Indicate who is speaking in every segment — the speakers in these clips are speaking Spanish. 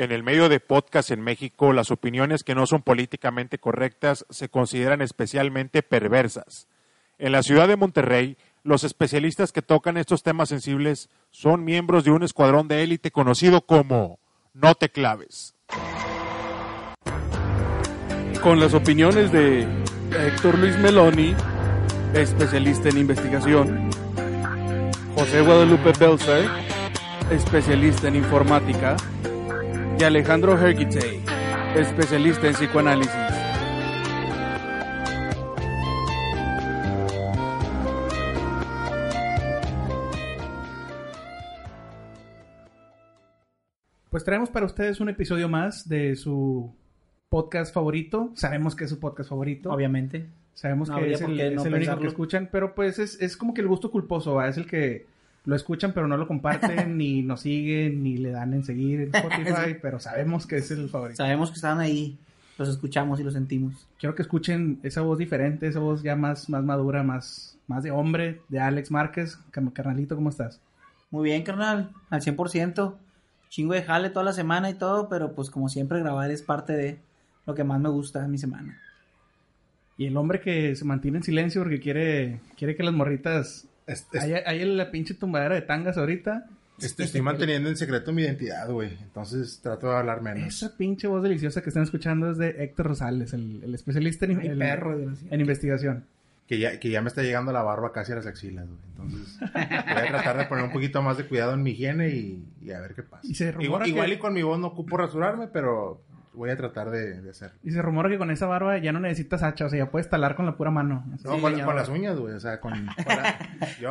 Speaker 1: En el medio de podcast en México, las opiniones que no son políticamente correctas se consideran especialmente perversas. En la ciudad de Monterrey, los especialistas que tocan estos temas sensibles son miembros de un escuadrón de élite conocido como No te claves.
Speaker 2: Con las opiniones de Héctor Luis Meloni, especialista en investigación, José Guadalupe Belzer, especialista en informática, y Alejandro Hergitay, especialista en psicoanálisis.
Speaker 3: Pues traemos para ustedes un episodio más de su podcast favorito. Sabemos que es su podcast favorito.
Speaker 4: Obviamente.
Speaker 3: Sabemos
Speaker 4: No
Speaker 3: que
Speaker 4: habría
Speaker 3: es
Speaker 4: por
Speaker 3: el,
Speaker 4: qué no
Speaker 3: es el único que
Speaker 4: pensarlo.
Speaker 3: escuchan, pero pues es, es como que el gusto culposo, ¿va? Es el que lo escuchan pero no lo comparten, ni nos siguen, ni le dan en seguir en Spotify, pero sabemos que es el favorito.
Speaker 4: Pues Sabemos que estaban ahí, los escuchamos y los sentimos.
Speaker 3: Quiero que escuchen esa voz diferente, esa voz ya más, más madura, más, más de hombre, de Alex Márquez. Cam- Carnalito, ¿cómo estás?
Speaker 4: Muy bien, carnal, al 100%. Chingo de jale toda la semana y todo, pero pues como siempre grabar es parte de lo que más me gusta de mi semana.
Speaker 3: Y el hombre que se mantiene en silencio porque quiere, quiere que las morritas...
Speaker 5: Es- es-
Speaker 3: Hay, hay la pinche tumbadera de tangas ahorita.
Speaker 5: este, estoy manteniendo en secreto mi identidad, güey. Entonces trato de hablar menos.
Speaker 3: Esa pinche voz deliciosa que están escuchando es de Héctor Rosales, el, el especialista en, el- en investigación.
Speaker 5: Que ya, que ya me está llegando la barba casi a las axilas, güey. Entonces voy a tratar de poner un poquito más de cuidado en mi higiene y, y a ver qué pasa.
Speaker 3: Y se rumora
Speaker 5: igual,
Speaker 3: que-
Speaker 5: igual y con mi voz no ocupo rasurarme, pero voy a tratar de, de hacerlo.
Speaker 3: Y se rumora que con esa barba ya no necesitas hacha, o sea, ya puedes talar con la pura mano.
Speaker 5: No,
Speaker 3: Sí,
Speaker 5: con,
Speaker 3: ya
Speaker 5: con
Speaker 3: va.
Speaker 5: las uñas, güey. O sea, con. con la- yo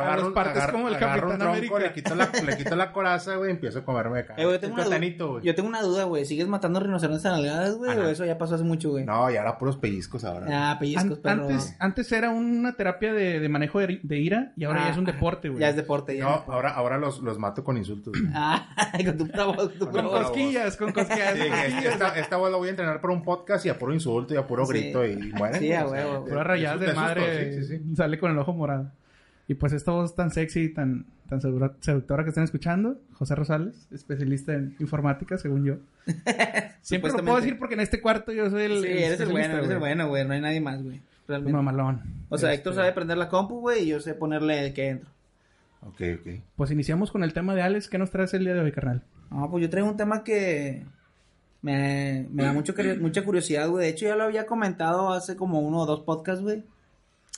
Speaker 3: A
Speaker 5: agarro,
Speaker 3: los partes
Speaker 5: agarro-
Speaker 3: como el
Speaker 5: agarro un
Speaker 3: Capitán
Speaker 5: tronco,
Speaker 3: América.
Speaker 5: Le quito, la, le quito la coraza, güey, y empiezo a comerme acá.
Speaker 4: Eh, güey, yo, tengo
Speaker 5: un
Speaker 4: una
Speaker 5: platanito,
Speaker 4: duda,
Speaker 5: Ah, güey.
Speaker 4: yo tengo una duda, güey. ¿Sigues matando rinocerontes a nalgadas, güey?
Speaker 5: Ah,
Speaker 4: ¿O
Speaker 5: no.
Speaker 4: eso ya pasó hace mucho, güey?
Speaker 5: No, y ahora puros pellizcos ahora. güey.
Speaker 4: Ah,
Speaker 3: An-
Speaker 4: pellizcos, perro.
Speaker 3: antes, antes era una terapia de, de manejo de, de ira y ahora
Speaker 4: Ah,
Speaker 3: ya es un deporte, güey.
Speaker 4: Ya es deporte, ya.
Speaker 5: no, ahora, ahora los, los mato con insultos, güey.
Speaker 4: Ah, con tu puta voz, con tu puta
Speaker 3: Con
Speaker 4: voz.
Speaker 5: Bravo.
Speaker 3: cosquillas, con cosquillas.
Speaker 5: Sí, que esta, esta voz la voy a entrenar por un podcast y a puro insulto y a puro
Speaker 4: Sí.
Speaker 5: grito y pues, mueren.
Speaker 4: Sí, a
Speaker 5: o sea,
Speaker 4: huevo,
Speaker 5: te-
Speaker 3: Pura rayada
Speaker 5: te
Speaker 3: de
Speaker 5: asusto,
Speaker 3: madre
Speaker 5: sí, sí, sí.
Speaker 3: sale con el ojo morado. Y pues esta voz tan sexy y tan, tan segura- seductora que están escuchando, José Rosales, especialista en informática, según yo. Siempre lo puedo
Speaker 4: Supuestamente.
Speaker 3: decir porque en este cuarto yo soy el.
Speaker 4: Sí, eres el
Speaker 3: especialista,
Speaker 4: bueno, eres el
Speaker 3: güey.
Speaker 4: bueno, güey. No hay nadie más, güey.
Speaker 3: Tu
Speaker 4: Realmente.
Speaker 3: Mamalón.
Speaker 4: O sea,
Speaker 3: Este,
Speaker 4: Héctor sabe prender la compu, güey, y yo sé ponerle el que entro.
Speaker 5: Ok, ok.
Speaker 3: Pues iniciamos con el tema de Alex. ¿Qué nos traes el día de hoy, carnal?
Speaker 4: No, pues yo traigo un tema que me, me da mucho, curi- mucha curiosidad, güey. De hecho, ya lo había comentado hace como uno o dos podcasts, güey.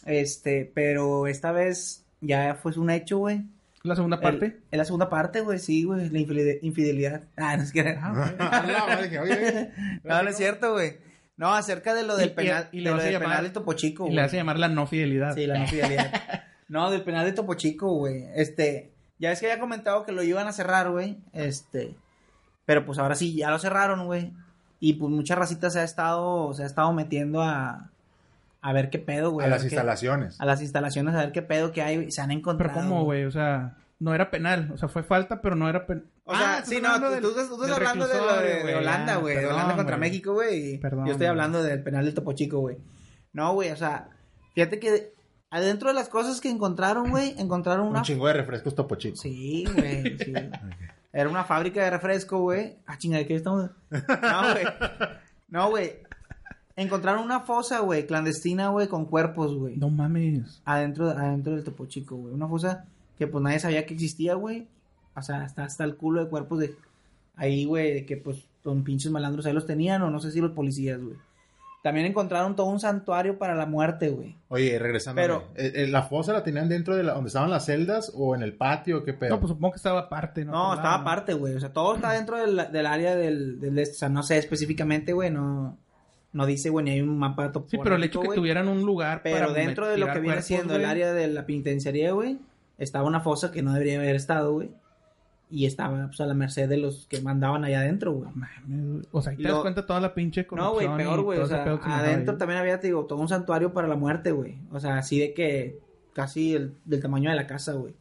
Speaker 4: Este, pero esta vez ya fue un hecho, güey.
Speaker 3: La segunda parte.
Speaker 4: El- Es la segunda parte, güey, sí, güey. La infideli- infidelidad. Ah, no es que. No,
Speaker 5: Ah, no, dije, oye, oye.
Speaker 4: no es cierto, güey. No, acerca de lo del
Speaker 3: Y- y-
Speaker 4: penal.
Speaker 3: y le
Speaker 4: de lo
Speaker 3: vas a
Speaker 4: del
Speaker 3: llamar-
Speaker 4: penal de Topo Chico,
Speaker 3: y
Speaker 4: güey.
Speaker 3: le hace llamar la no fidelidad.
Speaker 4: Oh. Sí, la no fidelidad. no, del penal de Topo Chico, güey. Este, ya es que había comentado que lo iban a cerrar, güey. Este, pero pues ahora sí, ya lo cerraron, güey. Y pues mucha racita se ha estado, se ha estado metiendo a, a ver qué pedo, güey.
Speaker 5: a las
Speaker 4: ver qué-
Speaker 5: instalaciones.
Speaker 4: A las instalaciones, a ver qué pedo que hay, güey. Se han
Speaker 3: Pero
Speaker 4: encontrado.
Speaker 3: ¿cómo, güey? O sea, no era penal. O sea, fue falta, pero no era penal.
Speaker 4: O sea,
Speaker 3: Ah,
Speaker 4: sí,
Speaker 3: estás
Speaker 4: no,
Speaker 3: hablando
Speaker 4: tú,
Speaker 3: del-
Speaker 4: tú estás, tú estás
Speaker 3: del
Speaker 4: hablando de, lo de- de
Speaker 3: reclusorio,
Speaker 4: Holanda,
Speaker 3: Ah,
Speaker 4: güey. De
Speaker 3: perdón,
Speaker 4: Holanda contra
Speaker 3: güey.
Speaker 4: México, güey. y
Speaker 3: Perdón,
Speaker 4: Yo estoy
Speaker 3: güey.
Speaker 4: hablando del penal del Topo Chico, güey. No, güey, o sea, fíjate que adentro de las cosas que encontraron, güey, encontraron
Speaker 5: Un
Speaker 4: una.
Speaker 5: chingo de refrescos topo chico.
Speaker 4: Sí, güey, sí. Era una fábrica de refresco, güey. Ah, chinga, ¿de qué estamos? No, güey. No, güey. Encontraron una fosa, güey, clandestina, güey, con cuerpos, güey
Speaker 3: No mames.
Speaker 4: adentro, adentro del Topo Chico, güey. Una fosa que pues nadie sabía que existía, güey. O sea, hasta, hasta el culo de cuerpos de ahí, güey, de que pues con pinches malandros ahí los tenían o no sé si los policías, güey. También encontraron todo un santuario para la muerte, güey.
Speaker 5: Oye, regresando.
Speaker 4: Pero-
Speaker 5: eh, eh, ¿La fosa la tenían dentro de la, donde estaban las celdas o en el patio? ¿Qué pedo?
Speaker 3: No, pues supongo que estaba aparte, ¿no? pues
Speaker 4: No,
Speaker 3: Otro
Speaker 4: estaba
Speaker 3: lado, ¿no?
Speaker 4: aparte, güey. O sea, todo está dentro del, del área del, del... este. O sea, no sé específicamente, güey, no... No dice, güey, ni hay un mapa
Speaker 3: Sí, pero el hecho que
Speaker 4: topográfico, güey.
Speaker 3: tuvieran un lugar
Speaker 4: Pero
Speaker 3: para
Speaker 4: dentro de lo
Speaker 3: tirar
Speaker 4: que viene
Speaker 3: cuerpos,
Speaker 4: siendo el
Speaker 3: güey.
Speaker 4: área de la penitenciaría, güey, estaba una fosa que no debería haber estado, güey. y estaba pues a la merced de los que mandaban allá adentro, güey.
Speaker 3: Mames, güey. O sea, ahí te
Speaker 4: Lo-
Speaker 3: das cuenta toda la pinche
Speaker 4: No, güey,
Speaker 3: corrupción
Speaker 4: peor,
Speaker 3: y
Speaker 4: güey.
Speaker 3: todo
Speaker 4: O
Speaker 3: ese
Speaker 4: sea,
Speaker 3: pedo que mandaba
Speaker 4: adentro
Speaker 3: ahí.
Speaker 4: también había, te digo, todo un santuario para la muerte, güey. O sea, así de que casi el- del tamaño de la casa, güey.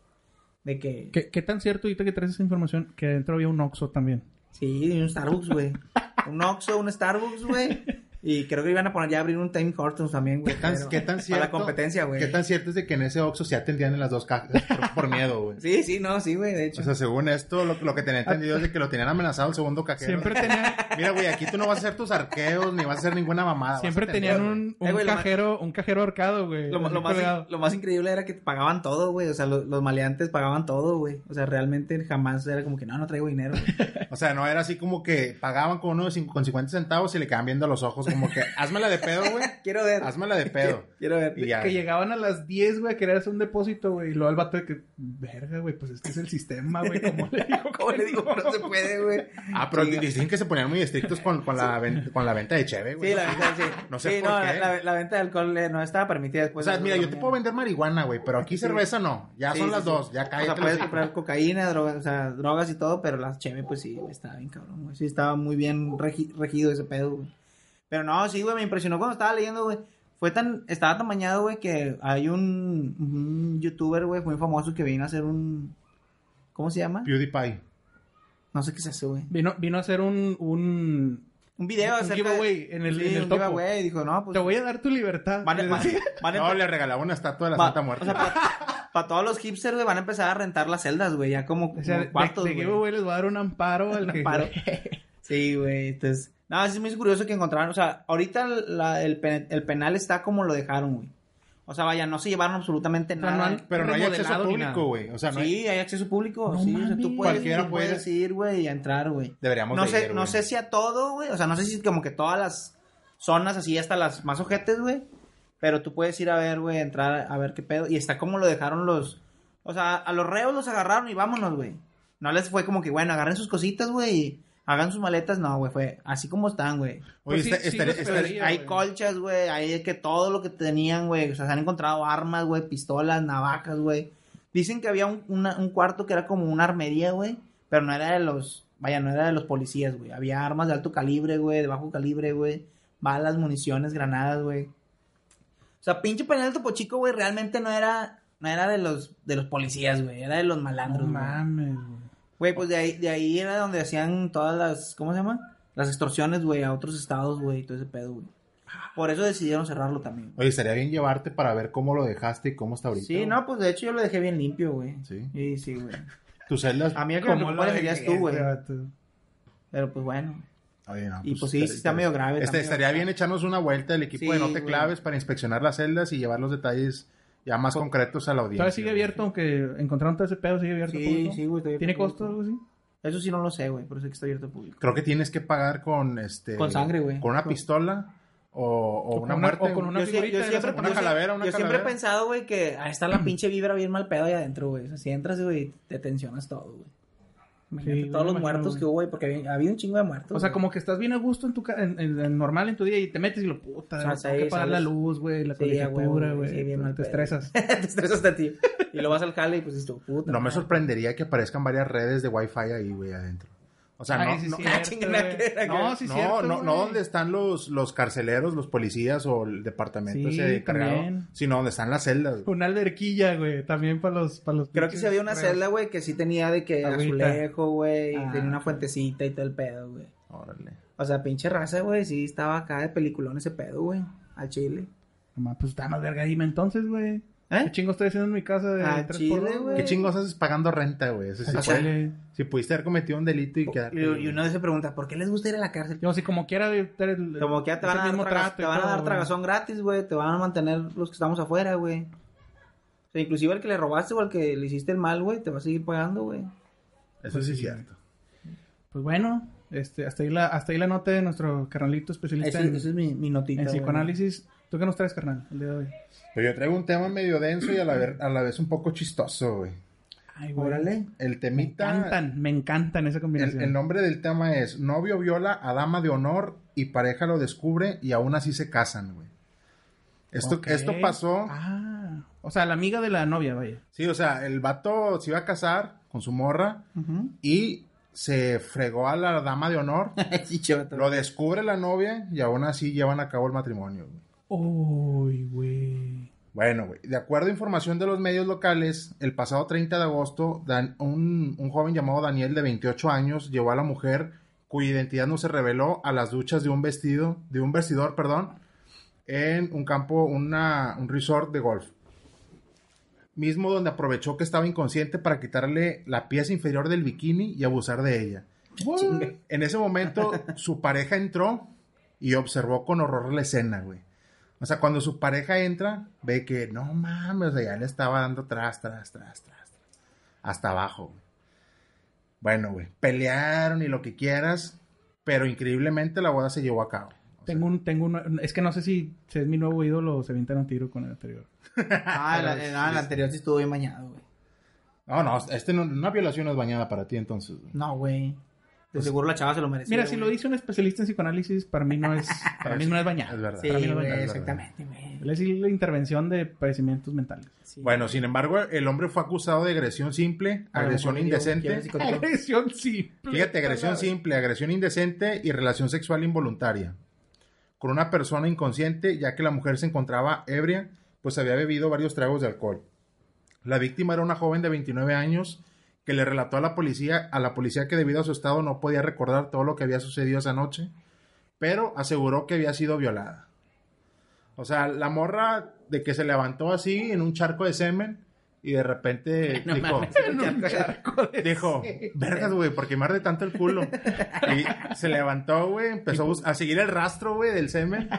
Speaker 4: De que...
Speaker 3: ¿Qué, qué tan cierto ahorita que traes esa información que adentro había un Oxxo también?
Speaker 4: Sí, un Starbucks, güey. un Oxxo, un Starbucks, güey. Y creo que iban a poner ya a abrir un Time Hortons también, güey.
Speaker 5: ¿Qué tan,
Speaker 4: pero
Speaker 5: qué tan
Speaker 4: Para
Speaker 5: cierto?
Speaker 4: la competencia, güey.
Speaker 5: ¿Qué tan cierto es de que en ese Oxxo se atendían en las dos cajas por, por miedo, güey?
Speaker 4: Sí, sí, no, sí, güey, de hecho.
Speaker 5: O sea, según esto, lo, lo que tenía entendido es de que lo tenían amenazado el segundo cajero.
Speaker 3: Siempre tenía...
Speaker 5: Mira, güey, aquí tú no vas a hacer tus arqueos ni vas a hacer ninguna mamada. Ah, vas
Speaker 3: Siempre
Speaker 5: a atender,
Speaker 3: tenían
Speaker 5: güey.
Speaker 3: un, un
Speaker 4: Eh, güey, lo ma-
Speaker 3: cajero, un cajero ahorcado, güey.
Speaker 4: lo,
Speaker 3: así
Speaker 4: lo más,
Speaker 3: colgado.
Speaker 4: lo más increíble era que pagaban todo, güey. O sea, lo- los maleantes pagaban todo, güey. O sea, realmente jamás era como que no, no traigo dinero. güey.
Speaker 5: O sea, no era así como que pagaban con uno de cincu- con 50 centavos y le quedaban viendo a los ojos como que, házmela de pedo, güey.
Speaker 4: Quiero ver.
Speaker 5: Házmela de pedo.
Speaker 4: Quiero ver.
Speaker 5: Y ya.
Speaker 3: Que llegaban a las 10, güey, a querer hacer un depósito, güey. Y luego el vato de que, verga, güey, pues es que es el sistema, güey. ¿Cómo le digo?
Speaker 4: ¿Cómo le digo? No se puede, güey.
Speaker 5: Ah, pero
Speaker 4: Sí,
Speaker 5: di- dicen que se ponían muy estrictos con, con, la, ven- con la venta de cheve, güey.
Speaker 4: Sí, la venta, sí.
Speaker 5: No sé
Speaker 4: Sí,
Speaker 5: por
Speaker 4: no, La,
Speaker 5: qué.
Speaker 4: la- la venta de alcohol eh, no estaba permitida
Speaker 5: O
Speaker 4: después.
Speaker 5: sea,
Speaker 4: de las
Speaker 5: mira,
Speaker 4: dos
Speaker 5: yo
Speaker 4: de
Speaker 5: te
Speaker 4: la
Speaker 5: puedo
Speaker 4: mañana.
Speaker 5: vender marihuana, güey, pero aquí cerveza no. Ya
Speaker 4: Sí,
Speaker 5: son
Speaker 4: sí,
Speaker 5: las
Speaker 4: sí.
Speaker 5: dos, ya
Speaker 4: O sea,
Speaker 5: cállate.
Speaker 4: puedes
Speaker 5: los-
Speaker 4: comprar cocaína, drogas, o sea, drogas y todo, pero las cheve, pues sí, güey, estaba bien cabrón, güey. Sí, estaba muy bien regi- regido ese pedo, güey. Pero no, sí, güey, me impresionó cuando estaba leyendo, güey. Fue tan, estaba tan mañado, güey, que hay un, un youtuber, güey, muy famoso que vino a hacer un, ¿cómo se llama?
Speaker 5: PewDiePie.
Speaker 4: No sé qué se hace, güey.
Speaker 3: Vino, vino a hacer un, un...
Speaker 4: Un video
Speaker 3: Un
Speaker 4: acerca
Speaker 3: giveaway en el-
Speaker 4: Sí,
Speaker 3: en el
Speaker 4: un
Speaker 3: topo.
Speaker 4: giveaway, dijo, no, pues.
Speaker 3: Te voy a dar tu libertad.
Speaker 4: Van a,
Speaker 3: Les
Speaker 4: van-
Speaker 3: decía.
Speaker 4: van a-
Speaker 5: No, le regalaba una estatua de la
Speaker 4: Va-
Speaker 5: Santa Muerte.
Speaker 4: O sea, para todos los hipsters, güey, van a empezar a rentar las celdas, güey. Ya como,
Speaker 3: O sea,
Speaker 4: como
Speaker 3: de-
Speaker 4: cuartos,
Speaker 3: de,
Speaker 4: güey.
Speaker 3: giveaway les voy a dar un amparo al que...
Speaker 4: Paro. Sí, güey. Entonces, nada, sí es muy curioso que encontraron. O sea, ahorita la- el, pen- el penal está como lo dejaron, güey. O sea, vaya, no se llevaron absolutamente
Speaker 3: sea, no
Speaker 4: nada.
Speaker 3: han-
Speaker 5: pero no hay acceso
Speaker 3: remodelado ni
Speaker 5: público,
Speaker 3: nada.
Speaker 5: güey. O sea, no hay-
Speaker 4: Sí, hay acceso público.
Speaker 3: No
Speaker 4: sí, o sea, tú
Speaker 3: mames.
Speaker 4: puedes,
Speaker 5: Cualquiera
Speaker 4: tú
Speaker 5: puede.
Speaker 4: puedes ir, güey, y a entrar, güey.
Speaker 5: Deberíamos
Speaker 4: No
Speaker 5: de
Speaker 4: sé,
Speaker 5: ir,
Speaker 4: no
Speaker 5: güey.
Speaker 4: sé si a todo, güey. O sea, no sé si como que todas las zonas así, hasta las más ojetes, güey. Pero tú puedes ir a ver, güey, entrar a ver qué pedo. Y está como lo dejaron los. O sea, a los reos los agarraron y vámonos, güey. No les fue como que, bueno, agarren sus cositas, güey, y hagan sus maletas. No, güey, fue así como están, güey.
Speaker 5: Oye, este,
Speaker 3: Pues sí,
Speaker 5: está-
Speaker 3: sí,
Speaker 5: estaría-
Speaker 3: los
Speaker 5: estaría-
Speaker 3: esperaría.
Speaker 4: Hay
Speaker 3: güey.
Speaker 4: colchas, güey, hay de que todo lo que tenían, güey. O sea, se han encontrado armas, güey, pistolas, navajas, güey. Dicen que había un, una- un cuarto que era como una armería, güey, pero no era de los, vaya, no era de los policías, güey. Había armas de alto calibre, güey, de bajo calibre, güey. Balas, municiones, granadas, güey. O sea, pinche penal de Topo Chico, güey, realmente no era, no era de los, de los policías, güey. Era de los
Speaker 3: No
Speaker 4: malandros, güey.
Speaker 3: mames, güey.
Speaker 4: Güey, pues de ahí, de ahí era donde hacían todas las, ¿cómo se llama? Las extorsiones, güey, a otros estados, güey, y todo ese pedo, güey. Por eso decidieron cerrarlo también.
Speaker 5: Oye, estaría bien llevarte para ver cómo lo dejaste y cómo está ahorita.
Speaker 4: Sí,
Speaker 5: güey.
Speaker 4: no, pues de hecho yo lo dejé bien limpio, güey.
Speaker 5: Sí.
Speaker 4: Sí, sí, güey.
Speaker 5: Tus celdas.
Speaker 4: A mí el que me
Speaker 3: ¿Cómo
Speaker 4: preocupa
Speaker 3: la
Speaker 4: serías
Speaker 3: dejé,
Speaker 4: tú, güey.
Speaker 3: vato?
Speaker 4: Pero pues bueno.
Speaker 5: Oye, no,
Speaker 4: Y pues sí, sí está medio grave,
Speaker 5: Este,
Speaker 4: está medio
Speaker 5: estaría
Speaker 4: grave.
Speaker 5: bien echarnos una vuelta del equipo
Speaker 4: Sí,
Speaker 5: de No Te
Speaker 4: güey.
Speaker 5: Claves para inspeccionar las celdas y llevar los detalles ya más concretos a la audiencia.
Speaker 3: Todavía sigue abierto, aunque encontraron todo ese pedo, sigue abierto.
Speaker 4: Sí,
Speaker 3: público?
Speaker 4: sí, güey. está abierto
Speaker 3: ¿Tiene
Speaker 4: al público.
Speaker 3: costo o algo así?
Speaker 4: Eso sí no lo sé, güey, pero sé que está abierto al público.
Speaker 5: Creo que tienes que pagar con este.
Speaker 4: Con sangre, güey.
Speaker 5: Con una pistola o, o
Speaker 3: O
Speaker 5: una
Speaker 3: con una-
Speaker 5: muerte.
Speaker 3: o con una
Speaker 4: Yo, sí- yo
Speaker 3: figurita de
Speaker 4: siempre,
Speaker 3: esas,
Speaker 5: una
Speaker 4: yo sí-
Speaker 5: calavera, una
Speaker 4: yo siempre he
Speaker 5: calavera.
Speaker 4: pensado, güey, que ahí está la pinche vibra bien mal pedo ahí adentro, güey. O sea, si entras, güey, te tensionas todo, güey. Imagínate
Speaker 3: Sí,
Speaker 4: todos
Speaker 3: me
Speaker 4: los
Speaker 3: imagino,
Speaker 4: muertos
Speaker 3: güey.
Speaker 4: que hubo, güey, porque había, había un chingo de muertos.
Speaker 3: O sea,
Speaker 4: güey.
Speaker 3: como que estás bien a gusto en tu ca- en, en- en normal en tu día y te metes y lo puta,
Speaker 4: O sea,
Speaker 3: tengo que
Speaker 4: sí,
Speaker 3: pagar la
Speaker 4: ¿sabes?
Speaker 3: luz, güey, la
Speaker 4: Sí, a huevo,
Speaker 3: colegiatura,
Speaker 4: güey,
Speaker 3: güey. pues,
Speaker 4: sí, bien mal
Speaker 3: te
Speaker 4: pedo.
Speaker 3: estresas.
Speaker 4: te estresas a ti. Y lo vas al jale y pues dices, tú, puta.
Speaker 5: No me
Speaker 4: madre.
Speaker 5: sorprendería que aparezcan varias redes de Wi-Fi ahí, güey, adentro. O sea,
Speaker 3: Ay,
Speaker 5: no,
Speaker 3: sí,
Speaker 5: no,
Speaker 3: cierto,
Speaker 4: chinga,
Speaker 3: güey.
Speaker 4: nada que ver,
Speaker 3: No,
Speaker 4: acá.
Speaker 3: sí,
Speaker 5: no,
Speaker 3: cierto,
Speaker 5: no, no
Speaker 3: güey.
Speaker 5: donde están los, los carceleros, los policías o el departamento
Speaker 3: Sí,
Speaker 5: ese encargado,
Speaker 3: también.
Speaker 5: sino donde están las celdas. güey.
Speaker 3: Una alberquilla, güey, también para los... Para los
Speaker 4: Creo que sí había una celda, güey, que sí tenía de que
Speaker 3: Agüita.
Speaker 4: azulejo, güey, y
Speaker 3: Ah.
Speaker 4: tenía una fuentecita y todo el pedo, güey.
Speaker 5: Órale.
Speaker 4: O sea, pinche raza, güey, sí estaba acá de peliculón ese pedo, güey, al chile.
Speaker 3: Mamá, pues está más verga ahí, ¿me entonces, güey. ¿Qué
Speaker 4: ¿Eh?
Speaker 3: chingo estoy haciendo en mi casa de
Speaker 4: Ah,
Speaker 3: tres
Speaker 4: chile,
Speaker 3: por dos,
Speaker 4: güey.
Speaker 5: ¿Qué chingos haces pagando renta, güey? Eso sí
Speaker 3: Al
Speaker 5: fue-
Speaker 3: chile.
Speaker 5: Si pudiste haber cometido un delito y quedarte.
Speaker 4: Y, y uno se pregunta, ¿por qué les gusta ir a la cárcel?
Speaker 3: Yo, si como quiera... de- de- de-
Speaker 4: Como que ya te
Speaker 3: es
Speaker 4: van, a
Speaker 3: el
Speaker 4: dar,
Speaker 3: mismo trato
Speaker 4: tragas-
Speaker 3: y
Speaker 4: te van a
Speaker 3: todo,
Speaker 4: dar
Speaker 3: güey.
Speaker 4: tragazón gratis, güey, te van a mantener los que estamos afuera, güey. O sea, inclusive el que le robaste o al que le hiciste el mal, güey, te va a seguir pagando, güey.
Speaker 5: Eso sí es cierto.
Speaker 3: Pues bueno, este, hasta, ahí la, hasta ahí la nota de nuestro carnalito especialista
Speaker 4: Esa
Speaker 3: en,
Speaker 4: esa es mi, mi notita,
Speaker 3: en
Speaker 4: güey.
Speaker 3: psicoanálisis. ¿Tú qué nos traes, carnal, el día de hoy?
Speaker 5: Pero yo traigo un tema medio denso y a la, ver- a la vez un poco chistoso, güey.
Speaker 3: Ay,
Speaker 4: Órale.
Speaker 5: El
Speaker 3: Me
Speaker 5: temita.
Speaker 3: encantan, me encantan esa
Speaker 5: El,
Speaker 3: combinación.
Speaker 5: el nombre del tema es Novio viola a dama de honor y pareja lo descubre y aún así se casan, güey. Esto,
Speaker 3: Ok.
Speaker 5: esto pasó.
Speaker 3: Ah, o sea, la amiga de la novia, vaya.
Speaker 5: Sí, o sea, el vato se iba a casar con su morra y se fregó a la dama de honor.
Speaker 4: Sí, chaval.
Speaker 5: Lo descubre la novia y aún así llevan a cabo el matrimonio. güey.
Speaker 3: Uy, güey.
Speaker 5: Bueno, güey, de acuerdo a información de los medios locales, el pasado 30 de agosto, Dan- un, un joven llamado Daniel de 28 años llevó a la mujer cuya identidad no se reveló a las duchas de un vestido, de un vestidor, perdón, en un campo, una- un resort de golf. Mismo donde aprovechó que estaba inconsciente para quitarle la pieza inferior del bikini y abusar de ella.
Speaker 4: Chinga.
Speaker 5: En ese momento, su pareja entró y observó con horror la escena, güey. O sea, cuando su pareja entra, ve que no mames, o sea, ya le estaba dando tras, tras, tras, tras, tras, hasta abajo. güey. Bueno, güey, pelearon y lo que quieras, pero increíblemente la boda se llevó a cabo. O sea,
Speaker 3: Tengo un, tengo un, es que no sé si, si es mi nuevo ídolo o se avientan un tiro con el anterior.
Speaker 4: Ah, la- eh, no, el anterior sí estuvo bien bañado, güey.
Speaker 5: No, no, este no, una violación no es bañada para ti entonces, güey.
Speaker 4: No, güey. De seguro la chava se Pues lo merecía.
Speaker 3: Mira, si lo
Speaker 4: güey.
Speaker 3: dice un especialista en psicoanálisis, para mí no es, para mí no es bañado.
Speaker 5: Es verdad.
Speaker 4: Sí,
Speaker 3: Para mí no es
Speaker 4: güey,
Speaker 3: verdad.
Speaker 4: exactamente, güey.
Speaker 3: Es la intervención de padecimientos mentales.
Speaker 4: Sí.
Speaker 5: Bueno, sin embargo, el hombre fue acusado de agresión simple,
Speaker 4: A lo
Speaker 5: agresión
Speaker 4: mejor dio- dio
Speaker 5: indecente.
Speaker 4: un psicotropo.
Speaker 3: Agresión simple.
Speaker 5: Fíjate, agresión simple, agresión indecente y relación sexual involuntaria. Con una persona inconsciente, ya que la mujer se encontraba ebria, pues había bebido varios tragos de alcohol. La víctima era una joven de 29 años que le relató a la policía, a la policía que debido a su estado no podía recordar todo lo que había sucedido esa noche, pero aseguró que había sido violada. O sea, la morra de que se levantó así en un charco de semen y de repente
Speaker 4: No
Speaker 5: dijo,
Speaker 4: mames, en un charco de-
Speaker 5: Dijo, vergas, güey, porque me arde tanto el culo. Y se levantó, güey, empezó a bus- a seguir el rastro, güey, del semen,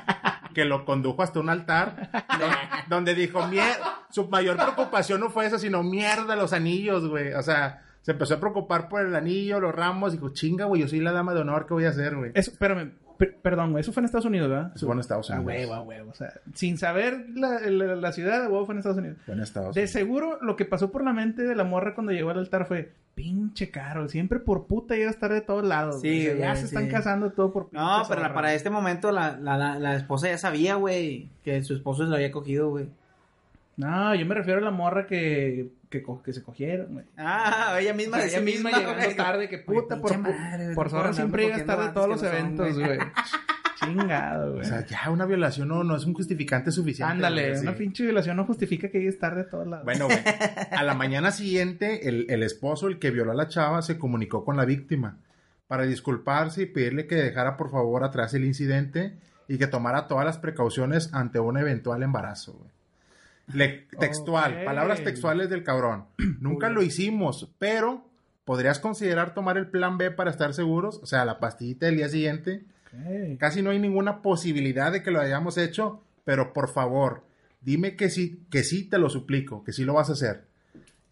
Speaker 5: que lo condujo hasta un altar, do- donde dijo, mier su mayor preocupación no fue esa, sino mierda, los anillos, güey. O sea, se empezó a preocupar por el anillo, los ramos, dijo, chinga, güey, yo soy la dama de honor, ¿qué voy a hacer, güey?
Speaker 3: Eso, espérame, per- perdón, güey, eso fue en Estados Unidos, ¿verdad?
Speaker 5: Eso fue en Estados
Speaker 3: A
Speaker 5: Unidos.
Speaker 3: huevo, a huevo. O sea, sin saber la, la- la ciudad, a huevo fue en Estados Unidos.
Speaker 5: Fue en Estados
Speaker 3: De
Speaker 5: Unidos.
Speaker 3: seguro, lo que pasó por la mente de la morra cuando llegó al altar fue: pinche caro, siempre por puta llegas tarde de todos lados.
Speaker 4: Sí,
Speaker 3: güey. O sea, ya
Speaker 4: güey,
Speaker 3: se están
Speaker 4: sí.
Speaker 3: casando todo por pinche
Speaker 4: No, pero la-
Speaker 3: zorra.
Speaker 4: para este momento la, la, la, la esposa ya sabía, güey, que su esposo se lo había cogido, güey.
Speaker 3: No, yo me refiero a la morra que, que, co- que se cogieron, güey.
Speaker 4: Ah, ella misma,
Speaker 3: Ella
Speaker 4: decía
Speaker 3: misma llegando
Speaker 4: güey.
Speaker 3: tarde, que
Speaker 4: Oye,
Speaker 3: puta, por,
Speaker 4: pinche madre,
Speaker 3: por
Speaker 4: no
Speaker 3: zorra
Speaker 4: puedo
Speaker 3: siempre
Speaker 4: andar
Speaker 3: llegas tarde a todos los
Speaker 4: cogiendo antes que
Speaker 3: eventos,
Speaker 4: no son,
Speaker 3: güey. Chingado,
Speaker 5: O
Speaker 3: güey.
Speaker 5: sea, ya una violación no, no es un justificante suficiente.
Speaker 3: Ándale,
Speaker 5: güey, sí.
Speaker 3: una pinche violación no justifica que llegues tarde a todos lados.
Speaker 5: Bueno, güey. A la mañana siguiente, el, el esposo, el que violó a la chava, se comunicó con la víctima para disculparse y pedirle que dejara por favor atrás el incidente y que tomara todas las precauciones ante un eventual embarazo. güey. Le- textual,
Speaker 3: Ok.
Speaker 5: palabras textuales del cabrón. Nunca lo hicimos, pero podrías considerar tomar el plan B para estar seguros, o sea, la pastillita del día siguiente.
Speaker 3: Ok.
Speaker 5: Casi no hay ninguna posibilidad de que lo hayamos hecho, pero por favor, dime que sí, que sí te lo suplico, que sí lo vas a hacer.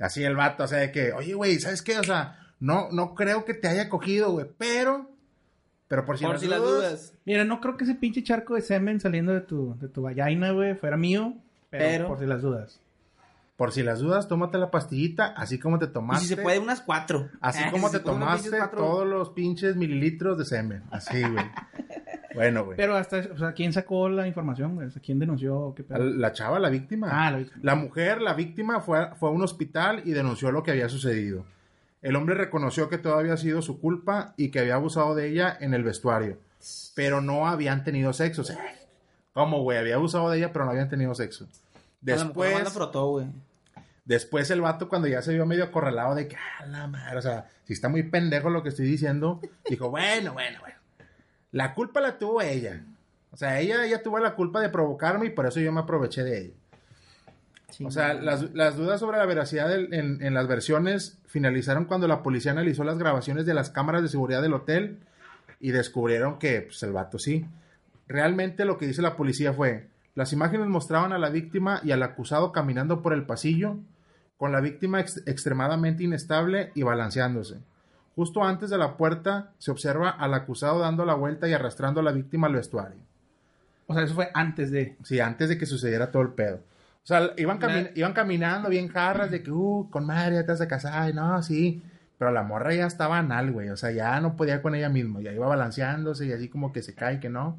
Speaker 5: Así el vato, o sea, de que, oye, güey, ¿sabes qué? O sea, no, no creo que te haya cogido, güey, pero, pero por si,
Speaker 4: Por si las dudas.
Speaker 3: Mira, no creo que ese pinche charco de semen saliendo de tu, de tu vallaina, güey, fuera mío. Pero,
Speaker 4: Pero-
Speaker 3: por si las dudas.
Speaker 5: por si las dudas, tómate la pastillita, así como te
Speaker 4: Y
Speaker 5: tomaste,
Speaker 4: si se puede, unas cuatro.
Speaker 5: así
Speaker 4: Ah,
Speaker 5: como
Speaker 4: si se
Speaker 5: te
Speaker 4: puede, unas
Speaker 5: tomaste
Speaker 4: pinches cuatro.
Speaker 5: todos los pinches mililitros de semen, así, güey. bueno, güey.
Speaker 3: Pero hasta, o sea, ¿quién sacó la información, güey? O sea, ¿quién denunció? ¿Qué pedo?
Speaker 5: La chava, la víctima.
Speaker 3: Ah, la víctima.
Speaker 5: La mujer, la víctima, fue, fue a un hospital y denunció lo que había sucedido. El hombre reconoció que todo había sido su culpa y que había abusado de ella en el vestuario. Pero no habían tenido sexo. O sea, ¿cómo, güey? Había abusado de ella, pero no habían tenido sexo.
Speaker 4: Después.
Speaker 5: Después,
Speaker 4: la frotó, güey.
Speaker 5: después el vato, cuando ya se vio medio acorralado de que, "Ah, la madre, o sea, si está muy pendejo lo que estoy diciendo, dijo, bueno, bueno, bueno. La culpa la tuvo ella. O sea, ella, ella tuvo la culpa de provocarme y por eso yo me aproveché de ella. O sea, las, las dudas sobre la veracidad del- en, en las versiones finalizaron cuando la policía analizó las grabaciones de las cámaras de seguridad del hotel y descubrieron que pues, el vato sí. Realmente lo que dice la policía fue, las imágenes mostraban a la víctima y al acusado caminando por el pasillo, con la víctima ex- extremadamente inestable y balanceándose. Justo antes de la puerta se observa al acusado dando la vuelta y arrastrando a la víctima al vestuario.
Speaker 3: O sea, eso fue antes de.
Speaker 5: Sí, antes de que sucediera todo el pedo. O sea, iban, cami-
Speaker 3: Me-
Speaker 5: iban caminando bien jarras de que, uh, con madre, ya te has de casar, y no, sí. Pero la morra ya estaba anal, güey. O sea, ya no podía con ella misma. Ya iba balanceándose y así como que se cae, que no.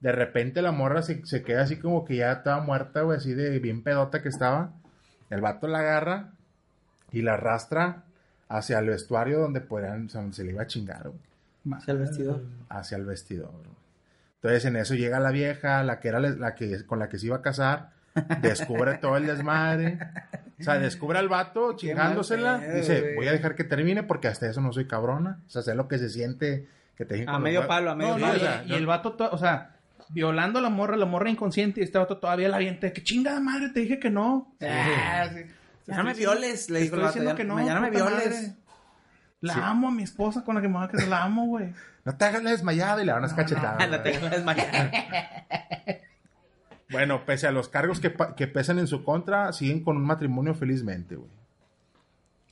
Speaker 5: De repente la morra se, se queda así como que ya estaba muerta, güey, así de bien pedota que estaba. El vato la agarra y la arrastra hacia el vestuario donde podrían, o sea, donde se le iba a chingar, güey.
Speaker 4: Hacia el vestidor.
Speaker 5: hacia el vestidor. güey. Entonces en eso llega la vieja, la que era les- la que con la que se iba a casar, descubre todo el desmadre. O sea, descubre al vato chingándosela,
Speaker 4: mal pedo,
Speaker 5: dice,
Speaker 4: güey.
Speaker 5: voy a dejar que termine porque hasta eso no soy cabrona. O sea, sé lo que se siente que te dejen
Speaker 4: A
Speaker 5: con los
Speaker 4: medio
Speaker 5: hue-
Speaker 4: palo, a medio
Speaker 5: No, no,
Speaker 4: palo.
Speaker 5: o sea,
Speaker 3: y, el vato, to- o sea, violando a la morra, la morra inconsciente, y este vato todavía la avienta. ¡Qué chingada madre! Te dije que no.
Speaker 4: Ah, sí. Ya no me violes, le dijo el
Speaker 3: estoy diciendo
Speaker 4: vato. Ya,
Speaker 3: que
Speaker 4: no,
Speaker 3: no,
Speaker 4: ya no me
Speaker 3: puta
Speaker 4: violes.
Speaker 3: madre. La amo a mi esposa con la que me voy a casar. La amo, güey.
Speaker 5: no te hagas la desmayada y le dan unas cachetadas.
Speaker 4: Ah, la
Speaker 5: güey.
Speaker 4: tengo desmayada.
Speaker 5: Bueno, pese a los cargos que, pa- que pesan en su contra, siguen con un matrimonio felizmente, güey.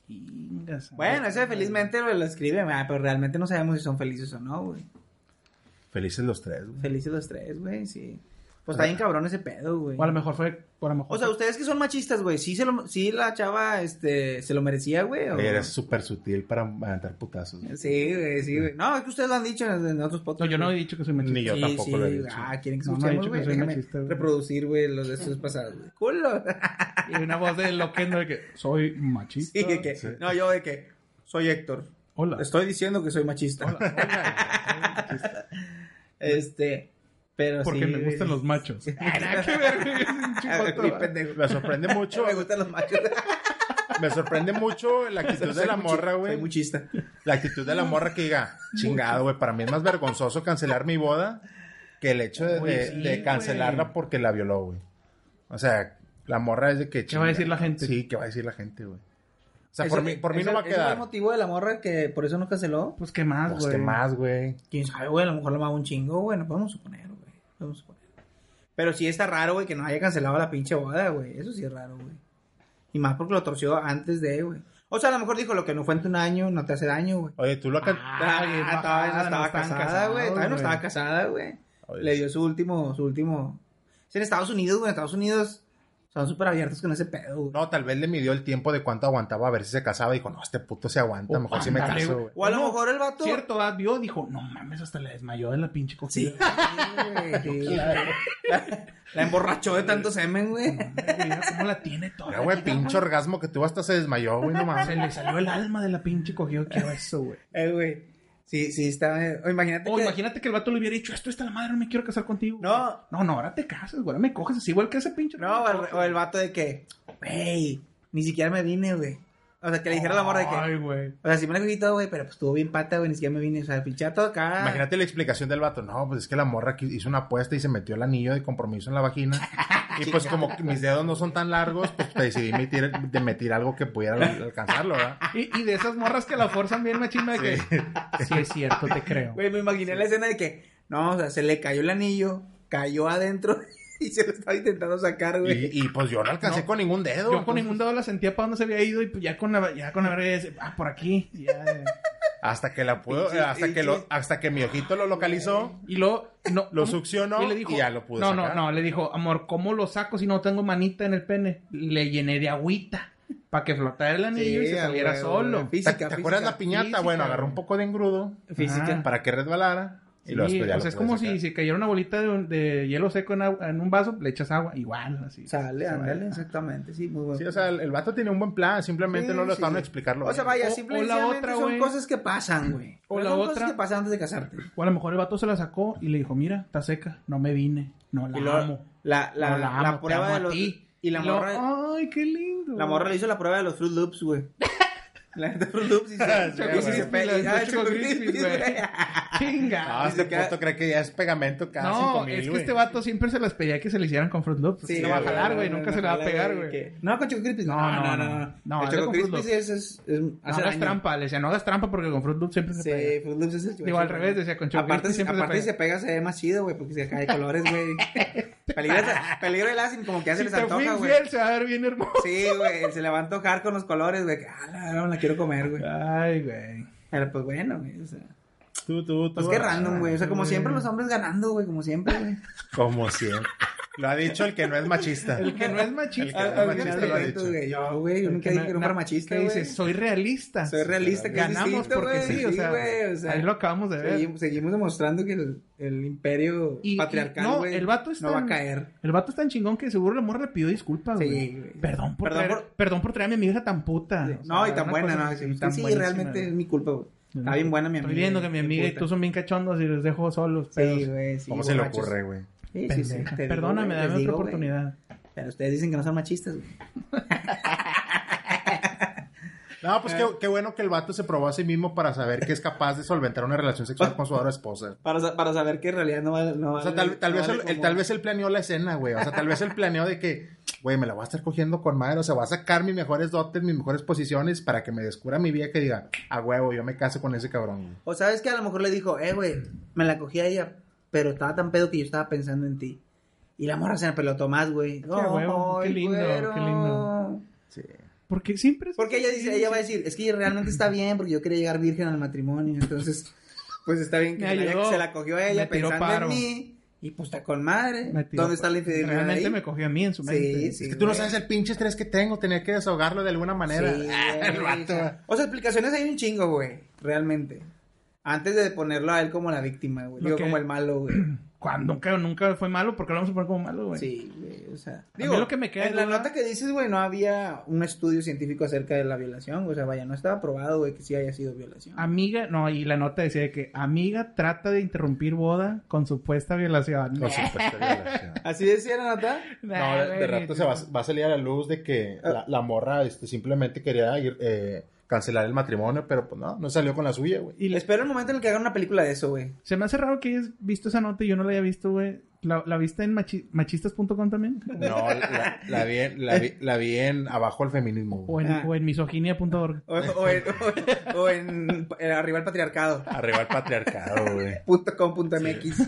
Speaker 3: Chingas.
Speaker 4: Bueno, ese felizmente lo, lo escribe, ah, pero realmente no sabemos si son felices o no, güey.
Speaker 5: Felices los tres, güey.
Speaker 4: Felices los tres, güey, sí. Pues está bien cabrón ese pedo, güey.
Speaker 3: O a lo mejor fue. O, a lo mejor
Speaker 4: O sea, ustedes que son machistas, güey, ¿sí, se lo- sí la chava este, se lo merecía, güey? o
Speaker 5: Oye,
Speaker 4: no?
Speaker 5: Eres súper sutil para aventar putazos. güey.
Speaker 4: Sí, güey, sí, güey. No, es que ustedes lo han dicho en, en otros
Speaker 3: No,
Speaker 4: podcasts.
Speaker 3: yo no he dicho que soy machista.
Speaker 5: Ni yo
Speaker 4: Sí,
Speaker 5: tampoco
Speaker 4: sí,
Speaker 5: lo he dicho.
Speaker 4: Ah, quieren que
Speaker 3: No, no he
Speaker 4: escuchemos,
Speaker 3: dicho que
Speaker 4: güey.
Speaker 3: soy
Speaker 4: Déjame
Speaker 3: machista, güey.
Speaker 4: reproducir, güey, los de estos pasados, güey. ¡Culo!
Speaker 3: Y una voz de loquendo de que soy machista.
Speaker 4: Sí, de que, No, yo de que soy Héctor.
Speaker 3: Hola.
Speaker 4: Estoy diciendo que soy machista. Este, pero
Speaker 3: Porque
Speaker 4: sí,
Speaker 3: me
Speaker 4: güey.
Speaker 3: gustan los machos.
Speaker 4: Ah, güey, pendejo.
Speaker 5: Me sorprende mucho,
Speaker 4: Me gustan los machos.
Speaker 5: me sorprende mucho la actitud de la
Speaker 4: Soy muchi-
Speaker 5: morra,
Speaker 4: Soy
Speaker 5: güey.
Speaker 4: muchista.
Speaker 5: La actitud de la morra que diga, chingado, güey, para mí es más vergonzoso cancelar mi boda que el hecho de,
Speaker 3: Güey,
Speaker 5: de-
Speaker 3: sí,
Speaker 5: de
Speaker 3: güey.
Speaker 5: cancelarla porque la violó, güey. O sea, la morra es de que...
Speaker 3: ¿Qué va a decir
Speaker 5: chinga-
Speaker 3: la gente?
Speaker 5: Sí, ¿qué va a decir la gente, güey? O sea,
Speaker 4: Eso-
Speaker 5: por mí, por mí
Speaker 4: eso-
Speaker 5: no va a
Speaker 4: ¿eso fue el
Speaker 5: quedar.
Speaker 4: motivo de la morra que por eso no canceló?
Speaker 3: Pues qué más, güey.
Speaker 5: Pues, ¿qué más, güey?
Speaker 4: Quién sabe, güey. A lo mejor lo amaba un chingo, güey. No podemos suponer, güey. no Podemos suponer. Pero sí está raro, güey, que no haya cancelado la pinche boda, güey. Eso sí es raro, güey. Y más porque lo torció antes de, güey. O sea, a lo mejor dijo lo que no fue en un año, no te hace daño, güey.
Speaker 5: Oye, tú lo... can-
Speaker 4: Ah,
Speaker 3: bien
Speaker 4: todavía
Speaker 3: bajada,
Speaker 4: no estaba
Speaker 3: no estaban
Speaker 4: casada, güey.
Speaker 3: casados,
Speaker 4: Todavía no
Speaker 3: güey.
Speaker 4: estaba casada, güey.
Speaker 5: Oye,
Speaker 4: Le dio su último, su último. Es en Estados Unidos, güey. En Estados Unidos son súper abiertos con ese pedo, güey.
Speaker 5: No, tal vez le midió el tiempo de cuánto aguantaba a ver si se casaba y dijo, no, este puto se aguanta, mejor si me
Speaker 3: Oh, ándale,
Speaker 5: caso,
Speaker 3: güey.
Speaker 5: güey.
Speaker 4: O a lo
Speaker 3: No,
Speaker 4: mejor el vato.
Speaker 3: Cierto, ah, vio, dijo, no mames, hasta la desmayó de la pinche
Speaker 4: Sí,
Speaker 3: cogida.
Speaker 4: güey, sí. La, la emborrachó de tanto semen, güey.
Speaker 3: Ay, mira ¿Cómo la tiene toda?
Speaker 5: Mira, güey, pinche orgasmo que tuvo hasta se desmayó, güey, no mames.
Speaker 3: Se le salió el alma de la pinche cogida. Quiero eso, güey.
Speaker 4: Eh, güey. Sí, sí, está. eh, O imagínate.
Speaker 3: O
Speaker 4: que-
Speaker 3: imagínate que el vato le hubiera dicho, esto está la madre, no me quiero casar contigo. güey.
Speaker 4: No.
Speaker 3: No, no, ahora te casas, güey. Ahora me coges así igual que ese pinche.
Speaker 4: No, o el, o el vato de que, güey, ni siquiera me vine, güey. O sea, que le dijera la morra de que.
Speaker 3: Ay, güey.
Speaker 4: O sea, sí me la cogí todo, güey, pero pues estuvo bien pata, güey, ni siquiera me vine. O sea, pinchar todo acá.
Speaker 5: Imagínate la explicación del vato. No, pues es que la morra que hizo una apuesta y se metió el anillo de compromiso en la vagina. Y pues como que mis dedos no son tan largos, pues decidí metir, de meter algo que pudiera al- alcanzarlo, ¿verdad?
Speaker 3: Y, y de esas morras que la forzan bien, machina, de que. Sí, es cierto, te creo.
Speaker 4: Güey, me imaginé la escena de que, no, o sea, se le cayó el anillo, cayó adentro y se lo estaba intentando sacar, güey.
Speaker 5: Y, y, pues yo no alcancé
Speaker 3: No.
Speaker 5: con ningún
Speaker 3: Yo
Speaker 5: dedo.
Speaker 3: con
Speaker 5: entonces,
Speaker 3: ningún dedo la sentía para dónde se había ido y pues ya con la, ya con la verga ya se- ah, por aquí. y ya, eh.
Speaker 5: Hasta que la pudo,
Speaker 4: Pinche-
Speaker 5: hasta que lo,
Speaker 4: pinche-
Speaker 5: hasta que mi ojito lo localizó.
Speaker 3: Y luego, no.
Speaker 5: Lo
Speaker 3: ¿cómo?
Speaker 5: succionó y ya lo pude
Speaker 3: No,
Speaker 5: sacar.
Speaker 3: no, no. Le dijo, amor, ¿cómo lo saco si no tengo manita en el pene? Le llené de agüita para que flotara el anillo y
Speaker 4: Sí,
Speaker 3: se saliera
Speaker 4: güey,
Speaker 3: solo.
Speaker 4: güey,
Speaker 5: ¿Te,
Speaker 4: Física,
Speaker 5: te
Speaker 4: física.
Speaker 5: acuerdas la piñata?
Speaker 3: Física,
Speaker 5: bueno, agarró
Speaker 3: güey.
Speaker 5: un poco de engrudo
Speaker 4: Física.
Speaker 3: Ah,
Speaker 5: para que resbalara. Y
Speaker 3: Sí,
Speaker 5: luego después ya
Speaker 3: o
Speaker 5: lo
Speaker 3: sea, es
Speaker 5: pude
Speaker 3: como
Speaker 5: sacar.
Speaker 3: si, si cayera una bolita de, un- de hielo seco en, agua- en un vaso, le echas agua, igual, así.
Speaker 4: Sale,
Speaker 3: Se
Speaker 4: ándale,
Speaker 3: va.
Speaker 4: exactamente, sí, muy bueno.
Speaker 5: Sí, o sea, el, el vato tiene un buen plan, simplemente
Speaker 4: Sí,
Speaker 5: no lo
Speaker 4: sí,
Speaker 5: estaban
Speaker 4: sí.
Speaker 5: a explicarlo.
Speaker 4: O sea,
Speaker 5: bien.
Speaker 4: vaya,
Speaker 3: O-
Speaker 4: simple y
Speaker 3: o la
Speaker 4: sencillamente
Speaker 3: otra,
Speaker 4: son
Speaker 3: güey.
Speaker 4: cosas que pasan, güey.
Speaker 3: O la
Speaker 4: son
Speaker 3: otra.
Speaker 4: cosas que pasan antes de casarte.
Speaker 3: O a lo mejor el vato se la sacó y le dijo, mira, está seca, no me vine, no la
Speaker 4: Y luego,
Speaker 3: amo.
Speaker 4: La, la,
Speaker 3: no
Speaker 4: la,
Speaker 3: amo, te
Speaker 4: prueba
Speaker 3: amo
Speaker 4: de
Speaker 3: a
Speaker 4: los.
Speaker 3: ti.
Speaker 4: Y la
Speaker 3: luego,
Speaker 4: morra,
Speaker 3: Ay, qué lindo.
Speaker 4: la morra le hizo la prueba de los Fruit Loops, güey. La de Fruit Loops y se.
Speaker 5: Choco
Speaker 4: y se-
Speaker 3: Crispy,
Speaker 4: y-
Speaker 3: la de
Speaker 4: ah,
Speaker 3: Choco
Speaker 4: Choco
Speaker 3: Crispy,
Speaker 4: Crispy,
Speaker 3: güey.
Speaker 4: güey.
Speaker 3: Chinga.
Speaker 5: Ah, este
Speaker 4: Dice que-
Speaker 5: puto cree que ya es pegamento cada
Speaker 3: No,
Speaker 5: 5000,
Speaker 3: es que
Speaker 5: güey.
Speaker 3: este vato siempre se las pedía que se le hicieran con Fruit Loops. pues Sí,
Speaker 4: Sí,
Speaker 3: no va a
Speaker 5: güey.
Speaker 3: jalar, güey. Nunca se le va a
Speaker 4: jala,
Speaker 3: pegar, güey.
Speaker 4: que- No, con Choco Crispy. No,
Speaker 3: No,
Speaker 4: no,
Speaker 3: no,
Speaker 4: no.
Speaker 3: no. No,
Speaker 4: El
Speaker 3: hazlo
Speaker 4: Choco
Speaker 3: con Fruit
Speaker 4: Crispy
Speaker 3: Loops.
Speaker 4: es. es, es
Speaker 3: No
Speaker 4: hace
Speaker 3: hagas
Speaker 4: daño.
Speaker 3: trampa, le decía, no hagas trampa porque con Fruit Loops siempre se
Speaker 4: Sí, pues,
Speaker 3: pega.
Speaker 4: Fruit Loops es el
Speaker 3: Digo, al revés, decía, con Choco
Speaker 4: aparte,
Speaker 3: Crispy siempre se
Speaker 4: aparte si
Speaker 3: pega.
Speaker 4: se pega se ve más chido, güey, porque se cae de colores, güey. peligro, peligro el ácido, como que ya se
Speaker 3: Si
Speaker 4: les
Speaker 3: te fui
Speaker 4: antoja, güey.
Speaker 3: infiel, se va a ver bien hermoso.
Speaker 4: Sí, güey, se le va a antojar con los colores, güey. que, Ah, la, no, la quiero comer, güey.
Speaker 3: Ay, güey.
Speaker 4: Pero pues bueno, güey, o sea.
Speaker 5: Tú, tú, tú.
Speaker 4: Pues qué random, güey. O sea, como
Speaker 3: güey.
Speaker 4: siempre los hombres ganando, güey, como siempre, güey.
Speaker 5: Como siempre. Lo ha dicho el que no es machista.
Speaker 4: El que no es
Speaker 5: El que
Speaker 4: machista.
Speaker 5: no es
Speaker 4: Al- al
Speaker 5: machista
Speaker 4: final
Speaker 5: lo ha
Speaker 4: de cuentas,
Speaker 5: dicho.
Speaker 4: güey, Yo, güey, yo
Speaker 3: El
Speaker 4: nunca
Speaker 3: que
Speaker 4: dije
Speaker 3: na-
Speaker 4: que era un
Speaker 3: na-
Speaker 4: machista,
Speaker 3: que
Speaker 4: güey.
Speaker 3: dice, soy realista.
Speaker 4: Soy realista, que es
Speaker 3: Ganamos
Speaker 4: distinto,
Speaker 3: porque
Speaker 4: güey.
Speaker 3: sí, o sea,
Speaker 4: güey, o sea,
Speaker 3: ahí lo acabamos de ver.
Speaker 4: Seguimos, seguimos demostrando que el, el imperio
Speaker 3: Y- y-
Speaker 4: patriarcal,
Speaker 3: no,
Speaker 4: güey,
Speaker 3: el vato es
Speaker 4: no va a
Speaker 3: tan-
Speaker 4: caer.
Speaker 3: El vato es tan chingón que seguro la morra le pidió disculpas,
Speaker 4: Sí,
Speaker 3: güey.
Speaker 4: güey.
Speaker 3: Perdón por,
Speaker 4: Perdón
Speaker 3: traer,
Speaker 4: por-
Speaker 3: perdón por traer a mi hija tan puta. O
Speaker 4: no,
Speaker 3: sea,
Speaker 4: y tan
Speaker 3: una
Speaker 4: buena,
Speaker 3: cosa
Speaker 4: ¿no?
Speaker 3: así,
Speaker 4: Sí,
Speaker 3: tan
Speaker 4: sí,
Speaker 3: buenísima,
Speaker 4: realmente
Speaker 3: güey.
Speaker 4: es mi culpa, güey. Está bien buena mi amiga.
Speaker 3: Estoy viendo que mi amiga y tú son bien cachondos y los dejo solos. Pero...
Speaker 4: Sí, güey, sí.
Speaker 5: ¿Cómo se le
Speaker 4: borrachos.
Speaker 5: ocurre, güey?
Speaker 4: Sí, sí, sí,
Speaker 3: pendeja.
Speaker 4: te digo,
Speaker 3: Perdóname,
Speaker 4: güey,
Speaker 3: dame
Speaker 4: les
Speaker 3: otra
Speaker 4: digo, güey.
Speaker 3: oportunidad.
Speaker 4: Pero ustedes dicen que no son machistas, güey.
Speaker 5: No,
Speaker 4: Eh.
Speaker 5: pues qué, qué bueno que el vato se probó a sí mismo para saber que es capaz de solventar una relación sexual con su ahora esposa.
Speaker 4: Para, sa- para saber que en realidad no va no
Speaker 5: O sea,
Speaker 4: vale-
Speaker 5: tal, tal
Speaker 4: no
Speaker 5: vez
Speaker 4: vale
Speaker 5: el, el-
Speaker 4: como-
Speaker 5: tal vez él planeó la escena, güey. O sea, tal vez él planeó de que, güey, me la voy a estar cogiendo con madre. O sea, voy a sacar mis mejores dotes, mis mejores posiciones para que me descubra mi vieja que diga, a huevo, yo me caso con ese cabrón. güey".
Speaker 4: O sabes que a lo mejor le dijo, eh, güey, me la cogí a ella, pero estaba tan pedo que yo estaba pensando en ti. Y la morra se la pelotó más, güey.
Speaker 3: huevo, qué
Speaker 4: Ay,
Speaker 3: lindo,
Speaker 4: güero.
Speaker 3: qué lindo.
Speaker 5: Sí.
Speaker 3: Porque siempre es-
Speaker 4: Porque ella dice, ella va a decir, es que realmente está bien, porque yo quería llegar virgen al matrimonio, entonces, pues está bien que,
Speaker 3: Me
Speaker 4: se la, haya-
Speaker 3: ayudó.
Speaker 4: se la cogió a ella
Speaker 3: Me tiró
Speaker 4: pensando
Speaker 3: paro.
Speaker 4: en mí, y pues está con madre.
Speaker 3: me tiró-
Speaker 4: ¿Dónde está la infidelidad?
Speaker 3: pues, Realmente
Speaker 4: ahí?
Speaker 3: me cogió a mí en su mente.
Speaker 4: Sí, sí.
Speaker 5: Es que tú no
Speaker 4: güey.
Speaker 5: sabes el pinche estrés que tengo, tenía que desahogarlo de alguna manera.
Speaker 4: Sí,
Speaker 3: Ah,
Speaker 5: el
Speaker 4: güey, o
Speaker 5: vato.
Speaker 4: sea, O sea, explicaciones hay un chingo, güey. Realmente. Antes de ponerlo a él como la víctima, güey.
Speaker 3: Lo
Speaker 4: Digo,
Speaker 3: que-
Speaker 4: como el malo, güey.
Speaker 3: Cuando nunca, nunca fue malo, porque lo vamos a poner como malo, güey.
Speaker 4: Sí, güey. O sea,
Speaker 3: Pues, mí lo que me queda
Speaker 4: en la
Speaker 3: de duda-
Speaker 4: nota que dices, güey, no había un estudio científico acerca de la violación. güey, O sea, vaya, no estaba probado, güey, que sí haya sido
Speaker 3: Ah.
Speaker 4: violación.
Speaker 3: Amiga, no, y la nota decía de que amiga trata de interrumpir boda con supuesta violación.
Speaker 5: Por supuesto, violación.
Speaker 4: Así decía la nota.
Speaker 5: No, de, de rato se va, va a salir a la luz de que la, la morra este, simplemente quería ir, eh, cancelar el matrimonio, pero pues no, no salió con la suya, güey.
Speaker 3: Y
Speaker 4: Y
Speaker 3: le-
Speaker 4: espero el momento en el que hagan una película de eso, güey.
Speaker 3: se me hace raro que hayas visto esa nota y yo no la haya visto, güey. ¿La, la viste en machi- machistas.com también?
Speaker 5: No, la, la vi, en- la, vi, la vi en abajo el feminismo.
Speaker 3: ¿O
Speaker 5: güey.
Speaker 3: en,
Speaker 4: Ah.
Speaker 3: o en misoginia.org?
Speaker 4: O, o en, o- o en- en Arriba el Patriarcado.
Speaker 5: Arriba el patriarcado, güey.
Speaker 4: Punto com, punto MX.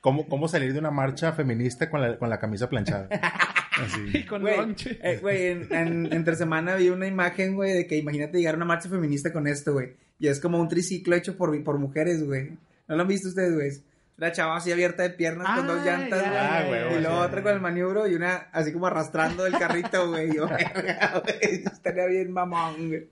Speaker 5: ¿Cómo, ¿Cómo salir de una marcha feminista con la, con la camisa planchada? Así.
Speaker 3: Con
Speaker 4: Güey,
Speaker 3: lonche.
Speaker 4: eh, güey, en, en- entre semana vi una imagen, güey, de que imagínate llegar a una marcha feminista con esto, güey. Y es como un triciclo hecho por, por mujeres, güey. ¿No lo han visto ustedes, güey? La chava así abierta de piernas con dos
Speaker 3: Ah,
Speaker 4: llantas,
Speaker 3: ya,
Speaker 4: güey.
Speaker 5: Ah, güey,
Speaker 4: y
Speaker 5: güey,
Speaker 4: la
Speaker 5: sí.
Speaker 4: otra con el maniobro y una así como arrastrando el carrito, güey. Yo, verga, güey, eso estaría bien mamón, güey.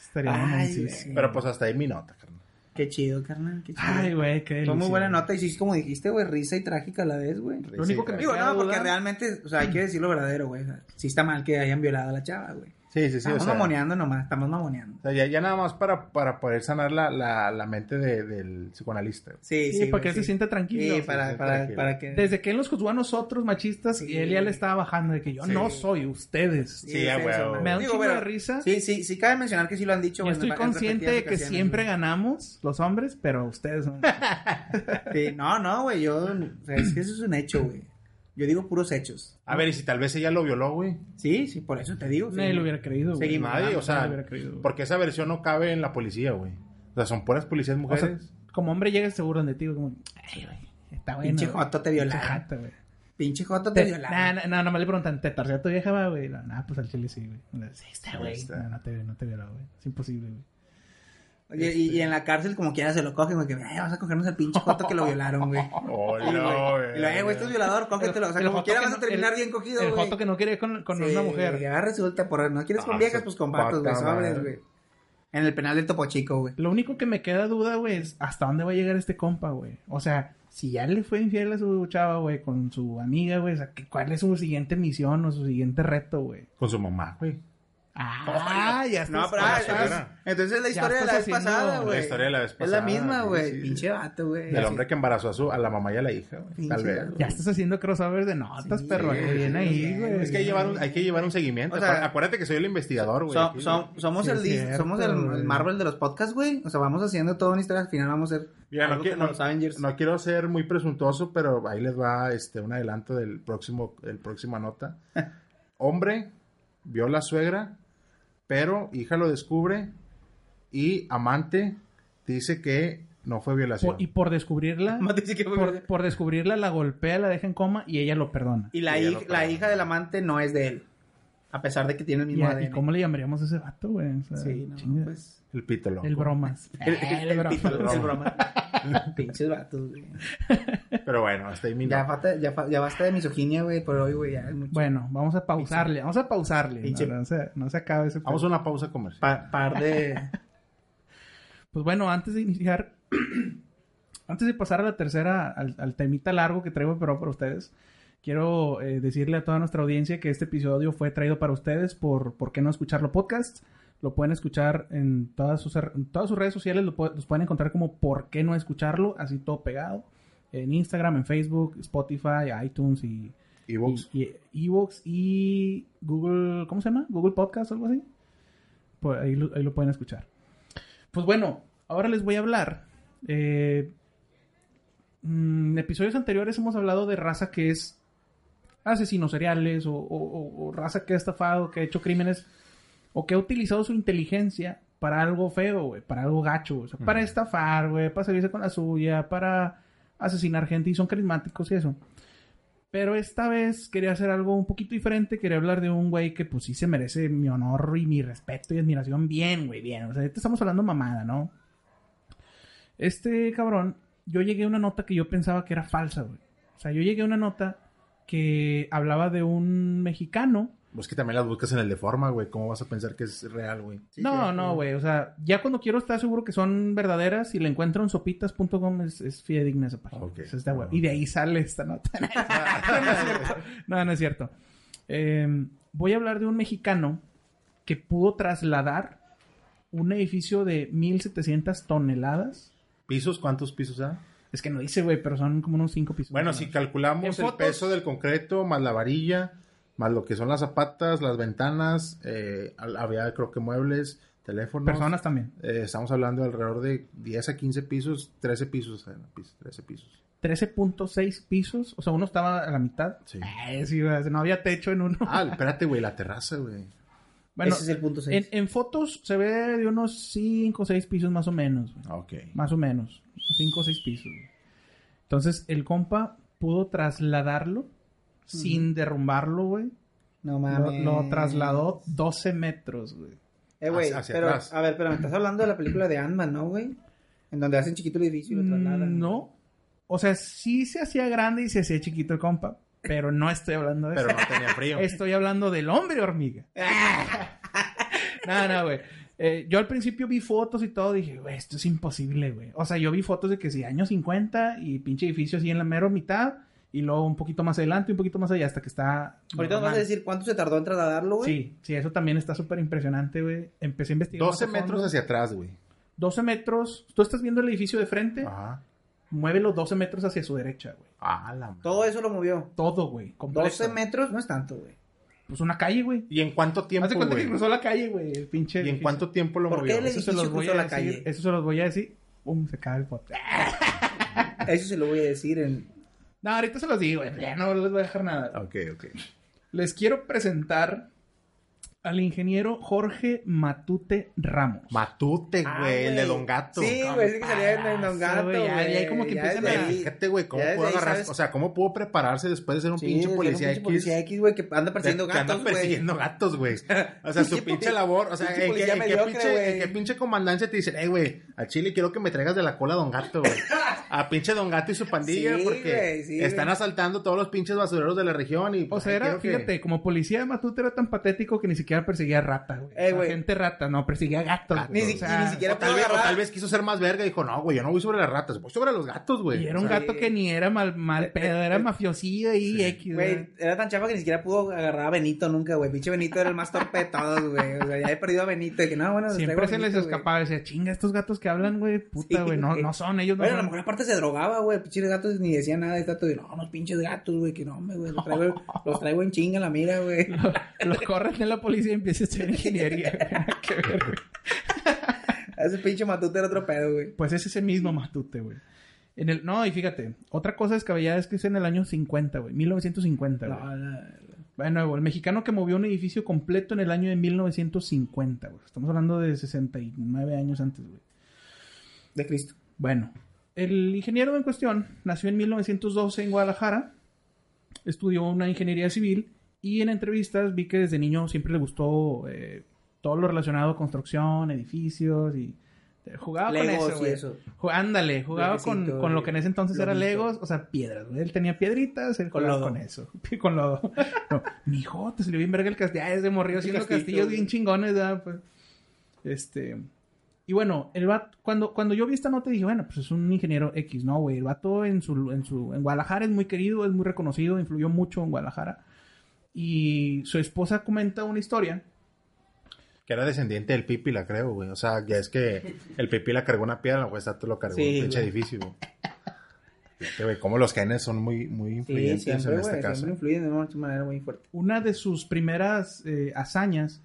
Speaker 3: Estaría
Speaker 4: Ay,
Speaker 3: mamoncísimo.
Speaker 5: Pero pues hasta ahí mi nota, carnal.
Speaker 4: Qué chido, carnal, qué chido.
Speaker 3: Ay, güey, qué
Speaker 4: Fue muy
Speaker 3: delicia.
Speaker 4: buena nota y sí, como dijiste, güey, risa y trágica a la vez, güey.
Speaker 3: Lo único que me
Speaker 4: Digo,
Speaker 3: queda
Speaker 4: no, porque
Speaker 3: duda-
Speaker 4: realmente, o sea, hay que decir lo verdadero, güey. O sea, sí está mal que hayan violado a la chava, güey.
Speaker 5: Sí, sí, sí. O
Speaker 4: Estamos
Speaker 5: sea,
Speaker 4: mamoneando nomás, estamos mamoneando.
Speaker 5: o sea, ya, ya nada más para, para poder sanar la, la, la mente de- del psicoanalista. güey.
Speaker 4: Sí,
Speaker 3: Sí, para que él se sienta tranquilo. pues,
Speaker 4: Sí, para,
Speaker 5: sí,
Speaker 4: para,
Speaker 5: tranquilo.
Speaker 4: para que...
Speaker 3: Desde que él nos juzgó a nosotros machistas y
Speaker 4: Sí.
Speaker 3: él ya le estaba bajando de que yo
Speaker 5: Sí.
Speaker 3: no soy ustedes.
Speaker 5: Sí, a
Speaker 4: eso,
Speaker 5: huevo.
Speaker 4: ¿no?
Speaker 3: Me da un
Speaker 4: Digo,
Speaker 3: chingo de
Speaker 4: pero-
Speaker 3: risa.
Speaker 4: Sí, sí, sí cabe mencionar que sí lo han dicho.
Speaker 3: Yo
Speaker 4: güey, en-
Speaker 3: estoy
Speaker 4: en
Speaker 3: consciente de
Speaker 4: repetidas
Speaker 3: que
Speaker 4: ocasiones,
Speaker 3: siempre
Speaker 4: güey.
Speaker 3: ganamos los hombres, pero ustedes no.
Speaker 4: Sí, no, no, güey, yo... o sea, es que eso es un hecho, güey. Yo digo puros hechos.
Speaker 5: A ver, y si tal vez ella lo violó, güey.
Speaker 4: Sí, sí, por eso te digo. sí.
Speaker 3: Nadie lo hubiera creído. güey.
Speaker 4: Seguimos,
Speaker 5: Nadie, o sea,
Speaker 3: lo hubiera creído, güey.
Speaker 5: porque esa versión no cabe en la policía, güey. O sea, son puras policías
Speaker 3: O sea,
Speaker 5: mujeres.
Speaker 3: como hombre llegas seguro donde ti, güey, como, ay, güey, está bueno.
Speaker 4: Pinche
Speaker 3: güey.
Speaker 4: joto te violaron.
Speaker 3: Pinche joto, güey.
Speaker 4: Pinche Jota te
Speaker 3: Te- nah,
Speaker 4: violaron.
Speaker 3: nah, nah, nomás le preguntan, ¿te tarjea tu vieja, va, güey? No, nah, pues al chile sí, güey. No, Sí, está, güey.
Speaker 5: está.
Speaker 3: No, no te, no te violó, güey. Es imposible, güey.
Speaker 4: Oye, y, y en la cárcel como quiera se lo cogen, güey, que "Ay, vas a cogernos al pinche Jota que lo violaron, güey.
Speaker 5: Oh,
Speaker 4: Sí,
Speaker 5: no,
Speaker 4: güey. Y lo, eh, güey, esto es violador, cógetelo. O sea,
Speaker 3: El
Speaker 4: como
Speaker 3: joto
Speaker 4: quiera
Speaker 3: que
Speaker 4: vas a
Speaker 3: no-
Speaker 4: terminar
Speaker 3: el-
Speaker 4: bien cogido,
Speaker 3: El
Speaker 4: güey.
Speaker 3: joto que no quiere ir con, con una mujer.
Speaker 4: Ya resulta por no quieres con
Speaker 5: Ah,
Speaker 4: viejas,
Speaker 5: su
Speaker 4: pues con vatos, güey,
Speaker 5: puta
Speaker 4: sobres,
Speaker 5: madre.
Speaker 4: güey. En el penal del Topo Chico, güey.
Speaker 3: Lo único que me queda duda, güey, es hasta dónde va a llegar este compa, güey. O sea, si ya le fue infiel a su chava, güey, con su amiga, güey, o sea, ¿qué- ¿cuál es su siguiente misión o su siguiente reto, güey?
Speaker 5: Con su mamá, güey.
Speaker 3: Ah, ya está.
Speaker 4: No, pero
Speaker 5: con la
Speaker 4: ah, entonces,
Speaker 5: señora.
Speaker 4: entonces es la historia de la
Speaker 3: estás
Speaker 4: vez
Speaker 3: haciendo
Speaker 4: pasada,
Speaker 3: la
Speaker 4: güey.
Speaker 5: historia de la vez
Speaker 4: Es
Speaker 5: pasada,
Speaker 4: la misma,
Speaker 5: sí,
Speaker 4: güey.
Speaker 5: sí, sí.
Speaker 4: Pinche vato, güey.
Speaker 5: Del hombre que embarazó a, su, a la mamá y a la hija, güey. Tal
Speaker 4: Pinche
Speaker 5: vez.
Speaker 4: vato.
Speaker 3: Ya estás haciendo crossovers de notas,
Speaker 4: Sí,
Speaker 3: perro. que
Speaker 4: sí,
Speaker 3: Bien ahí,
Speaker 4: sí,
Speaker 3: güey.
Speaker 5: Es que hay, llevar un- hay que llevar un seguimiento.
Speaker 4: O sea,
Speaker 5: Acuérdate- Acuérdate que soy el investigador, güey.
Speaker 4: Som-
Speaker 5: aquí,
Speaker 4: som- somos
Speaker 3: Sí,
Speaker 4: el
Speaker 3: es
Speaker 4: Dis-
Speaker 3: cierto,
Speaker 4: somos el, el
Speaker 3: güey.
Speaker 4: Marvel de los podcasts, güey. O sea, vamos haciendo toda una historia. Al final vamos a ser
Speaker 5: Mira, no,
Speaker 4: algo
Speaker 5: quiero,
Speaker 4: como
Speaker 5: no-
Speaker 4: los Avengers.
Speaker 5: no quiero ser muy presuntuoso, pero ahí les va este un adelanto del próximo, el próxima nota. Hombre vio la suegra, pero hija lo descubre y amante dice que no fue violación.
Speaker 3: Por- Oh, y por descubrirla,
Speaker 4: Más dice que fue-
Speaker 3: por, por descubrirla, la golpea, la deja en coma y ella lo perdona.
Speaker 4: Y la,
Speaker 5: Sí, ya
Speaker 4: hija,
Speaker 5: lo
Speaker 4: la
Speaker 5: perdonó.
Speaker 4: hija del amante no es de él. A pesar de que tiene el
Speaker 3: ¿Y,
Speaker 4: mismo
Speaker 3: a-
Speaker 4: ADN.
Speaker 3: ¿y cómo le llamaríamos a ese vato, güey? O sea,
Speaker 4: Sí, no,
Speaker 3: chinga.
Speaker 4: pues...
Speaker 5: el pito loco.
Speaker 3: El bromas.
Speaker 4: El, el,
Speaker 3: El bromas.
Speaker 4: pito, el broma. Pinches vatos, güey.
Speaker 5: Pero bueno, hasta ahí mi
Speaker 4: Ya,
Speaker 5: nota.
Speaker 4: falta- ya, fa- ya basta de misoginia, güey, por hoy, güey. ya es mucho.
Speaker 3: Bueno, vamos a pausarle, vamos a pausarle.
Speaker 4: Pinche-
Speaker 3: No, no se, no se acaba ese.
Speaker 5: Vamos a una pausa comercial.
Speaker 4: Pa- par de...
Speaker 3: Pues bueno, antes de iniciar, antes de pasar a la tercera, al, al temita largo que traigo preparado para ustedes, quiero eh, decirle a toda nuestra audiencia que este episodio fue traído para ustedes por ¿Por qué no escucharlo podcast? Lo pueden escuchar en todas sus, er- en todas sus redes sociales, lo pu- los pueden encontrar como ¿Por qué no escucharlo? Así todo pegado. En Instagram, en Facebook, Spotify, iTunes y
Speaker 5: Y Vox.
Speaker 3: y, y- Evox y Google, ¿cómo se llama? Google Podcast o algo así. Pues ahí lo, ahí lo pueden escuchar. Pues bueno, ahora les voy a hablar. eh, mm, en episodios anteriores hemos hablado de raza que es asesinos seriales o, o- o- o raza que ha estafado, que ha hecho crímenes o que ha utilizado su inteligencia para algo feo, güey, para algo gacho, güey, o sea, para estafar, güey, para salirse con la suya, para asesinar gente y son carismáticos y eso. Pero esta vez quería hacer algo un poquito diferente. Quería hablar de un güey que, pues, sí se merece mi honor y mi respeto y admiración. Bien, güey, bien. O sea, ahorita estamos hablando mamada, ¿no? Este cabrón, yo llegué a una nota que yo pensaba que era falsa, güey. O sea, yo llegué a una nota que hablaba de un mexicano.
Speaker 5: Pues que también las buscas en el de forma, güey. ¿Cómo vas a pensar que es real, güey?
Speaker 3: no, no, güey. O sea, ya cuando quiero estar seguro que son verdaderas y la encuentro en sopitas.com es, es fidedigna esa página.
Speaker 5: Ok.
Speaker 3: Es esta web. Y de ahí sale esta nota. no es cierto. No, no es cierto. Eh, voy a hablar de un mexicano que pudo trasladar un edificio de 1700 toneladas.
Speaker 5: ¿Pisos? ¿Cuántos pisos da?
Speaker 3: Es que no dice, güey, pero son como unos 5 pisos.
Speaker 5: Bueno,
Speaker 3: No,
Speaker 5: si
Speaker 3: no.
Speaker 5: calculamos
Speaker 3: En
Speaker 5: el
Speaker 3: fotos-
Speaker 5: peso del concreto, más la varilla, más lo que son las zapatas, las ventanas, eh, al- había creo que muebles, teléfonos.
Speaker 3: Personas también.
Speaker 5: Eh, estamos hablando de alrededor de 10 a 15 pisos, 13 pisos, eh, pis- 13 pisos.
Speaker 3: 13.6 pisos. O sea, uno estaba a la mitad.
Speaker 5: Sí.
Speaker 3: Eh, sí, güey, no había techo en uno.
Speaker 5: Ah, espérate, güey, la terraza, güey.
Speaker 3: Bueno,
Speaker 4: ese es el punto 6.
Speaker 3: en, en fotos se ve de unos 5 o 6 pisos más o menos. güey.
Speaker 5: Ok.
Speaker 3: Más o menos. Cinco o seis pisos. güey. Entonces, el compa pudo trasladarlo sin derrumbarlo, güey.
Speaker 4: No
Speaker 3: Lo,
Speaker 4: mames.
Speaker 3: lo trasladó 12 metros, güey.
Speaker 4: Eh, güey,
Speaker 5: Hacia- hacia
Speaker 4: pero,
Speaker 5: atrás.
Speaker 4: a ver, pero me estás hablando de la película de Ant-Man, ¿no, güey? En donde hacen chiquito el edificio y lo trasladan.
Speaker 3: No. O sea, sí se hacía grande y se hacía chiquito el compa. Pero no estoy hablando de
Speaker 5: Pero
Speaker 3: eso.
Speaker 5: no tenía frío.
Speaker 3: Estoy hablando del hombre hormiga. no, no, güey. Eh, yo al principio vi fotos y todo, dije, güey, esto es imposible, güey. O sea, yo vi fotos de que sí, años 50 y pinche edificio así en la mera mitad y luego un poquito más adelante y un poquito más allá hasta que está...
Speaker 4: Ahorita nos vas a
Speaker 3: normal.
Speaker 4: decir cuánto se tardó en trasladarlo, güey.
Speaker 3: Sí, sí, eso también está súper impresionante, güey. Empecé a investigar.
Speaker 5: 12
Speaker 3: más a fondo.
Speaker 5: metros hacia atrás, güey.
Speaker 3: 12 metros. Tú estás viendo el edificio de frente,
Speaker 5: Ajá.
Speaker 3: muévelo 12 metros hacia su derecha, güey.
Speaker 5: Ah, la madre.
Speaker 4: Todo eso lo movió.
Speaker 3: Todo, güey. completo.
Speaker 4: 12 metros no es tanto, güey.
Speaker 3: Pues una calle, güey.
Speaker 5: ¿Y en cuánto tiempo,
Speaker 3: Haz de cuenta
Speaker 5: güey?
Speaker 3: que cruzó la calle, güey. el pinche
Speaker 5: ¿Y en
Speaker 3: edificio.
Speaker 5: cuánto tiempo lo
Speaker 4: ¿Por
Speaker 5: movió?
Speaker 4: qué le-
Speaker 3: Eso se los
Speaker 4: edificio
Speaker 3: voy
Speaker 4: cruzó
Speaker 3: a
Speaker 4: la
Speaker 3: decir.
Speaker 4: calle.
Speaker 3: Eso se los voy a decir. Pum, se acaba el podcast.
Speaker 4: Eso se lo voy a decir en...
Speaker 3: No, ahorita se los digo. Ya no les voy a dejar nada.
Speaker 5: Ok, ok.
Speaker 3: Les quiero presentar al ingeniero Jorge Matute Ramos.
Speaker 5: Matute, güey,
Speaker 4: Ah,
Speaker 5: el de Don Gato.
Speaker 4: Sí,
Speaker 5: Cabrón.
Speaker 4: güey, sí que salía en Don Gato,
Speaker 3: güey,
Speaker 4: güey.
Speaker 3: ya- ya ahí como que
Speaker 4: ya
Speaker 3: empiezan
Speaker 4: desde
Speaker 3: a-
Speaker 4: ahí-
Speaker 5: Fíjate, güey, cómo
Speaker 4: ya desde
Speaker 5: pudo
Speaker 4: ahí
Speaker 5: agarrar,
Speaker 4: sabes-
Speaker 5: o sea, cómo pudo prepararse después de ser un
Speaker 4: Sí,
Speaker 5: pinche
Speaker 4: desde un
Speaker 5: policía
Speaker 4: pinche
Speaker 5: X.
Speaker 4: policía X, güey, que anda
Speaker 5: de-
Speaker 4: persiguiendo
Speaker 5: que anda
Speaker 4: gatos, güey.
Speaker 5: persiguiendo gatos, güey. O sea, su
Speaker 4: Pinche
Speaker 5: pinche
Speaker 4: policía-
Speaker 5: labor. O sea,
Speaker 4: pinche
Speaker 5: ¿en qué,
Speaker 4: policía
Speaker 5: en qué
Speaker 4: mediocre,
Speaker 5: pinche,
Speaker 4: güey.
Speaker 5: en qué pinche comandancia te dicen, hey, güey, al Chile quiero que me traigas de la cola a Don Gato, güey? A pinche Don Gato y su pandilla,
Speaker 4: Sí,
Speaker 5: porque
Speaker 4: güey, sí,
Speaker 5: están
Speaker 4: güey.
Speaker 5: asaltando todos los pinches basureros de la región. Y,
Speaker 3: O sea,
Speaker 5: ay,
Speaker 3: era,
Speaker 5: quiero que-
Speaker 3: fíjate, como policía Matute era tan patético que ni siquiera perseguía ratas, güey. Ah,
Speaker 4: Eh,
Speaker 3: O sea,
Speaker 4: güey.
Speaker 3: gente rata, no, perseguía gatos.
Speaker 5: Gatos.
Speaker 4: Ni,
Speaker 3: güey.
Speaker 4: si-
Speaker 3: O sea,
Speaker 4: ni siquiera
Speaker 5: O tal,
Speaker 4: pudo
Speaker 5: vez, o
Speaker 4: agarrar.
Speaker 5: tal vez quiso ser más verga y dijo, no, güey, yo no voy sobre las ratas, voy sobre los gatos, güey.
Speaker 3: Y era un
Speaker 5: O sea,
Speaker 3: gato que ni era mal, mal pedo, era mafiosillo y X, eh, güey.
Speaker 4: Güey, era tan chapa que ni siquiera pudo agarrar a Benito nunca, güey. Pinche Benito era el más torpe de todos, güey. O sea, ya he perdido a Benito. Y que no, bueno,
Speaker 3: Siempre
Speaker 4: traigo a
Speaker 3: se les
Speaker 4: Benito, güey.
Speaker 3: escapaba, decía, chinga, estos gatos que hablan, güey, puta,
Speaker 4: Sí,
Speaker 3: güey, no,
Speaker 4: güey.
Speaker 3: no son, ellos no
Speaker 4: Bueno, a lo
Speaker 3: son.
Speaker 4: mejor aparte se drogaba, güey. Pinches gatos ni decía nada. Está todo de, no, unos pinches gatos, güey. Que no, hombre, güey. Los traigo, los traigo en chinga a la mira, güey.
Speaker 3: Lo corren de la policía y empieza a estudiar ingeniería. güey. Qué verga.
Speaker 4: Ese pinche matute era otro pedo, güey.
Speaker 3: pues es ese mismo matute, güey. En el, no, y fíjate, otra cosa descabellada es que es en el año 50, güey, 1950, güey.
Speaker 4: No, no,
Speaker 3: Bueno, güey, el mexicano que movió un edificio completo en el año de 1950, güey. Estamos hablando de 69 años antes, güey.
Speaker 4: de Cristo.
Speaker 3: Bueno, el ingeniero en cuestión nació en 1912 en Guadalajara, estudió una ingeniería civil y en entrevistas vi que desde niño siempre le gustó eh, todo lo relacionado a construcción, edificios y Jugaba
Speaker 4: Legos
Speaker 3: con eso,
Speaker 4: y
Speaker 3: güey.
Speaker 4: eso.
Speaker 3: Ju- Ándale, jugaba con,
Speaker 4: Lejecito,
Speaker 3: con lo que en ese entonces era
Speaker 4: lomito.
Speaker 3: Legos, o sea, piedras, güey. Él tenía piedritas, él
Speaker 4: Con
Speaker 3: jugaba
Speaker 4: lodo.
Speaker 3: con eso, con lodo. No, mi hijo, te salió bien verga el castillo, ah, es de morrió haciendo
Speaker 4: castillo,
Speaker 3: castillos
Speaker 4: güey.
Speaker 3: bien chingones, ¿verdad? Pues, este... Y bueno, el vato, cuando, cuando yo vi esta nota dije, bueno, pues es un ingeniero X, ¿no, güey? El vato en su, en su, en Guadalajara es muy querido, es muy reconocido, influyó mucho en Guadalajara. Y su esposa comenta una historia
Speaker 5: Que era descendiente del Pipila, creo, güey. O sea, ya es que el Pipila cargó una piedra, güey, Sato lo cargó
Speaker 4: Sí,
Speaker 5: un pinche
Speaker 4: güey.
Speaker 5: edificio, güey. Fíjate, güey, cómo los genes son muy, muy
Speaker 4: Sí,
Speaker 5: influyentes
Speaker 4: siempre,
Speaker 5: en este
Speaker 4: güey,
Speaker 5: caso.
Speaker 4: siempre influyen de una manera muy fuerte.
Speaker 3: una de sus primeras eh, hazañas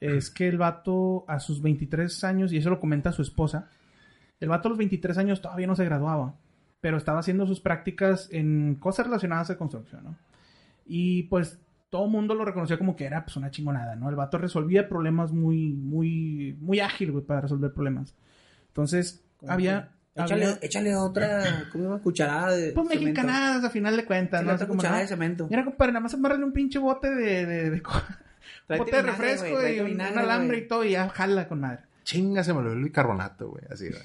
Speaker 3: es que el vato a sus 23 años, y eso lo comenta su esposa, el vato a los 23 años todavía no se graduaba, pero estaba haciendo sus prácticas en cosas relacionadas a construcción, ¿no? Y pues todo el mundo lo reconocía como que era pues una chingonada, ¿no? El vato resolvía problemas muy, muy, muy ágil, güey, para resolver problemas. Entonces,
Speaker 4: Como
Speaker 3: había...
Speaker 4: que, Échale,
Speaker 3: había-
Speaker 4: échale otra, como una cucharada de.
Speaker 3: pues
Speaker 4: cemento.
Speaker 3: mexicanadas a final de cuentas,
Speaker 4: Échale
Speaker 3: ¿no? Así
Speaker 4: otra
Speaker 3: como,
Speaker 4: cucharada
Speaker 3: ¿no?
Speaker 4: de cemento.
Speaker 3: Mira, compadre, nada más amárrale un pinche bote de, de, de co-
Speaker 4: Tráete
Speaker 3: bote de
Speaker 4: vinagre,
Speaker 3: refresco
Speaker 4: güey,
Speaker 3: y
Speaker 4: tráete
Speaker 3: un,
Speaker 4: vinagre,
Speaker 3: un alambre
Speaker 4: güey.
Speaker 3: y todo y ya jala con madre.
Speaker 5: Chinga, se me olvidó el bicarbonato, güey. Así, güey.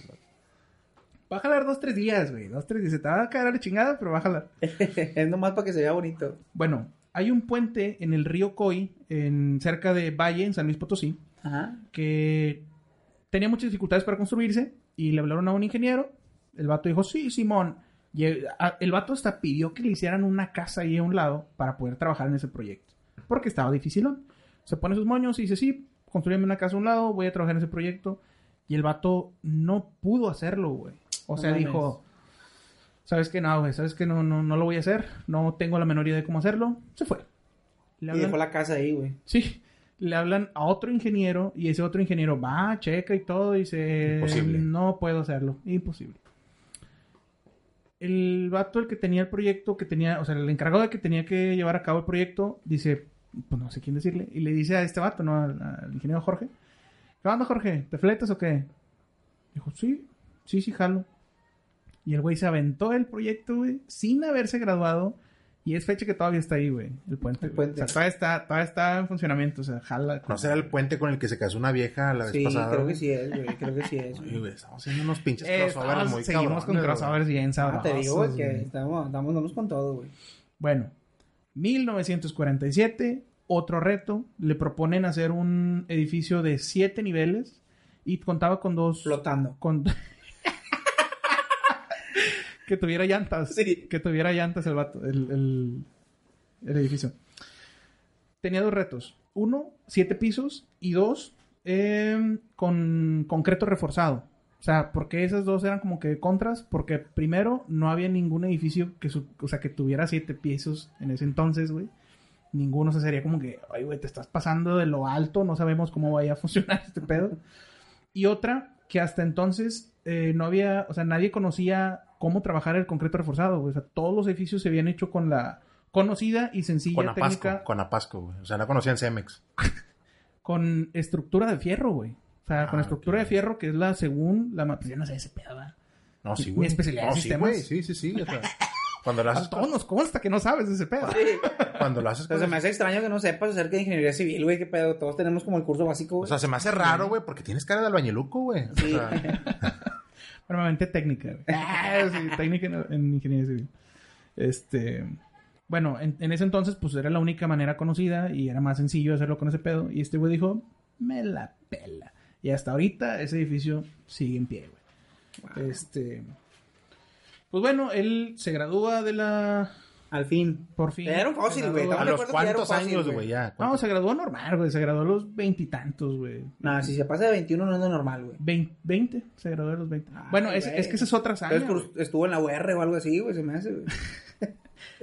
Speaker 3: Va a jalar dos, tres días, güey. Dos, tres días. Se te va a caer a la chingada, pero va a jalar.
Speaker 4: es nomás para que se vea bonito.
Speaker 3: Bueno, hay un puente en el río Coy, en, cerca de Valle, en San Luis Potosí,
Speaker 4: Ajá.
Speaker 3: que tenía muchas dificultades para construirse y le hablaron a un ingeniero. El vato dijo, sí, Simón. Y el, a- el vato hasta pidió que le hicieran una casa ahí a un lado para poder trabajar en ese proyecto. Porque estaba dificilón. Se pone sus moños y dice, sí, construyeme una casa a un lado, voy a trabajar en ese proyecto. Y el vato no pudo hacerlo, güey. O
Speaker 4: No
Speaker 3: sea,
Speaker 4: mames.
Speaker 3: dijo, ¿sabes qué? No, güey, ¿sabes qué? No, no, no lo voy a hacer. No tengo la menor idea de cómo hacerlo. Se fue. Le
Speaker 4: Y
Speaker 3: hablan-
Speaker 4: dejó la casa ahí, güey.
Speaker 3: Sí, le hablan a otro ingeniero y ese otro ingeniero va, checa y todo y dice,
Speaker 5: Imposible.
Speaker 3: no puedo hacerlo, imposible. El vato, el que tenía el proyecto, que tenía, o sea, el encargado de que tenía que llevar a cabo el proyecto, dice, pues no sé quién decirle, y le dice a este vato, ¿no? Al, al ingeniero Jorge, ¿qué onda Jorge? ¿Te fletas o qué? Dijo, sí, sí, sí, jalo. Y el güey se aventó el proyecto, güey, sin haberse graduado. Y es fecha que todavía está ahí, güey. El puente.
Speaker 4: El
Speaker 3: güey.
Speaker 4: puente.
Speaker 3: O sea, todavía está, todavía está en funcionamiento. O sea, jala.
Speaker 5: ¿No será el puente con el que se casó una vieja la vez
Speaker 4: Sí,
Speaker 5: pasada?
Speaker 4: creo
Speaker 5: güey?
Speaker 4: que sí es, güey. Creo que sí es. güey.
Speaker 5: Oye, güey, estamos haciendo unos pinches
Speaker 3: Eh,
Speaker 5: crossovers
Speaker 3: estamos-
Speaker 5: muy
Speaker 3: seguimos con
Speaker 5: cabrones, güey.
Speaker 3: crossovers bien
Speaker 4: Ah,
Speaker 3: sabrosos.
Speaker 4: te digo, güey, que
Speaker 3: güey.
Speaker 4: estamos, estamos, vamos con todo, güey.
Speaker 3: Bueno, 1947, otro reto. Le proponen hacer un edificio de siete niveles y contaba con dos.
Speaker 4: Flotando.
Speaker 3: con- que tuviera llantas.
Speaker 4: Sí.
Speaker 3: Que tuviera llantas el vato, el, el- el edificio. Tenía dos retos. Uno, siete pisos. Y dos, eh, con concreto reforzado. O sea, porque esas dos eran como que contras. Porque primero, no había ningún edificio que, su- o sea, que tuviera siete pisos en ese entonces, güey. Ninguno se sería como que, ay, güey, te estás pasando de lo alto, no sabemos cómo vaya a funcionar este pedo. Y otra, que hasta entonces eh, no había, o sea, nadie conocía cómo trabajar el concreto reforzado. güey. O sea, todos los edificios se habían hecho con la conocida y sencilla
Speaker 5: Con Apasco,
Speaker 3: técnica
Speaker 5: con Apasco, güey. O sea, la conocían Cemex.
Speaker 3: con estructura de fierro, güey. O sea, con
Speaker 5: Ah,
Speaker 3: estructura
Speaker 5: ok.
Speaker 3: de fierro, que es la según la... ma- Pues yo no sé ese pedo, ¿verdad?
Speaker 5: No, sí,
Speaker 3: Mi
Speaker 5: güey.
Speaker 3: especialidad
Speaker 5: no,
Speaker 3: es
Speaker 5: sí,
Speaker 3: sistemas.
Speaker 5: güey, Sí, sí, sí. o sea, cuando lo haces,
Speaker 3: A todos nos consta que no sabes ese pedo.
Speaker 5: cuando lo haces,
Speaker 4: O sea, se me
Speaker 5: con-
Speaker 4: hace extraño que no sepas acerca de ingeniería civil, güey. Que pedo, todos tenemos como el curso básico,
Speaker 5: o
Speaker 4: güey.
Speaker 5: sea, se me hace raro, güey, porque tienes cara de albañiluco, güey. O sea,
Speaker 3: Normalmente técnica. güey. Ah, sí, técnica en, en ingeniería civil. Este. Bueno, en, en ese entonces, pues era la única manera conocida y era más sencillo hacerlo con ese pedo. Y este güey dijo, me la pela. Y hasta ahorita ese edificio sigue en pie, güey. Este. Pues bueno, él se gradúa de la.
Speaker 4: Al fin.
Speaker 3: Por fin.
Speaker 4: Era un fósil,
Speaker 3: se
Speaker 4: güey,
Speaker 3: gradúa.
Speaker 5: a
Speaker 4: estamos- recuerdo
Speaker 5: los
Speaker 4: que
Speaker 5: cuantos
Speaker 4: ya era fácil,
Speaker 5: años,
Speaker 4: güey.
Speaker 5: güey, ya.
Speaker 3: No, se graduó normal, güey. Se graduó a los veintitantos, güey.
Speaker 4: Nada, si se pasa de 21 no es lo normal, güey.
Speaker 3: Vein- ¿Veinte? Se graduó a los veinte.
Speaker 4: Ay,
Speaker 3: Bueno, es,
Speaker 4: Ah, güey.
Speaker 3: es que esa es otra hazaña.
Speaker 4: Entonces,
Speaker 3: güey.
Speaker 4: cru- estuvo en la UR o algo así, güey, se me hace, güey.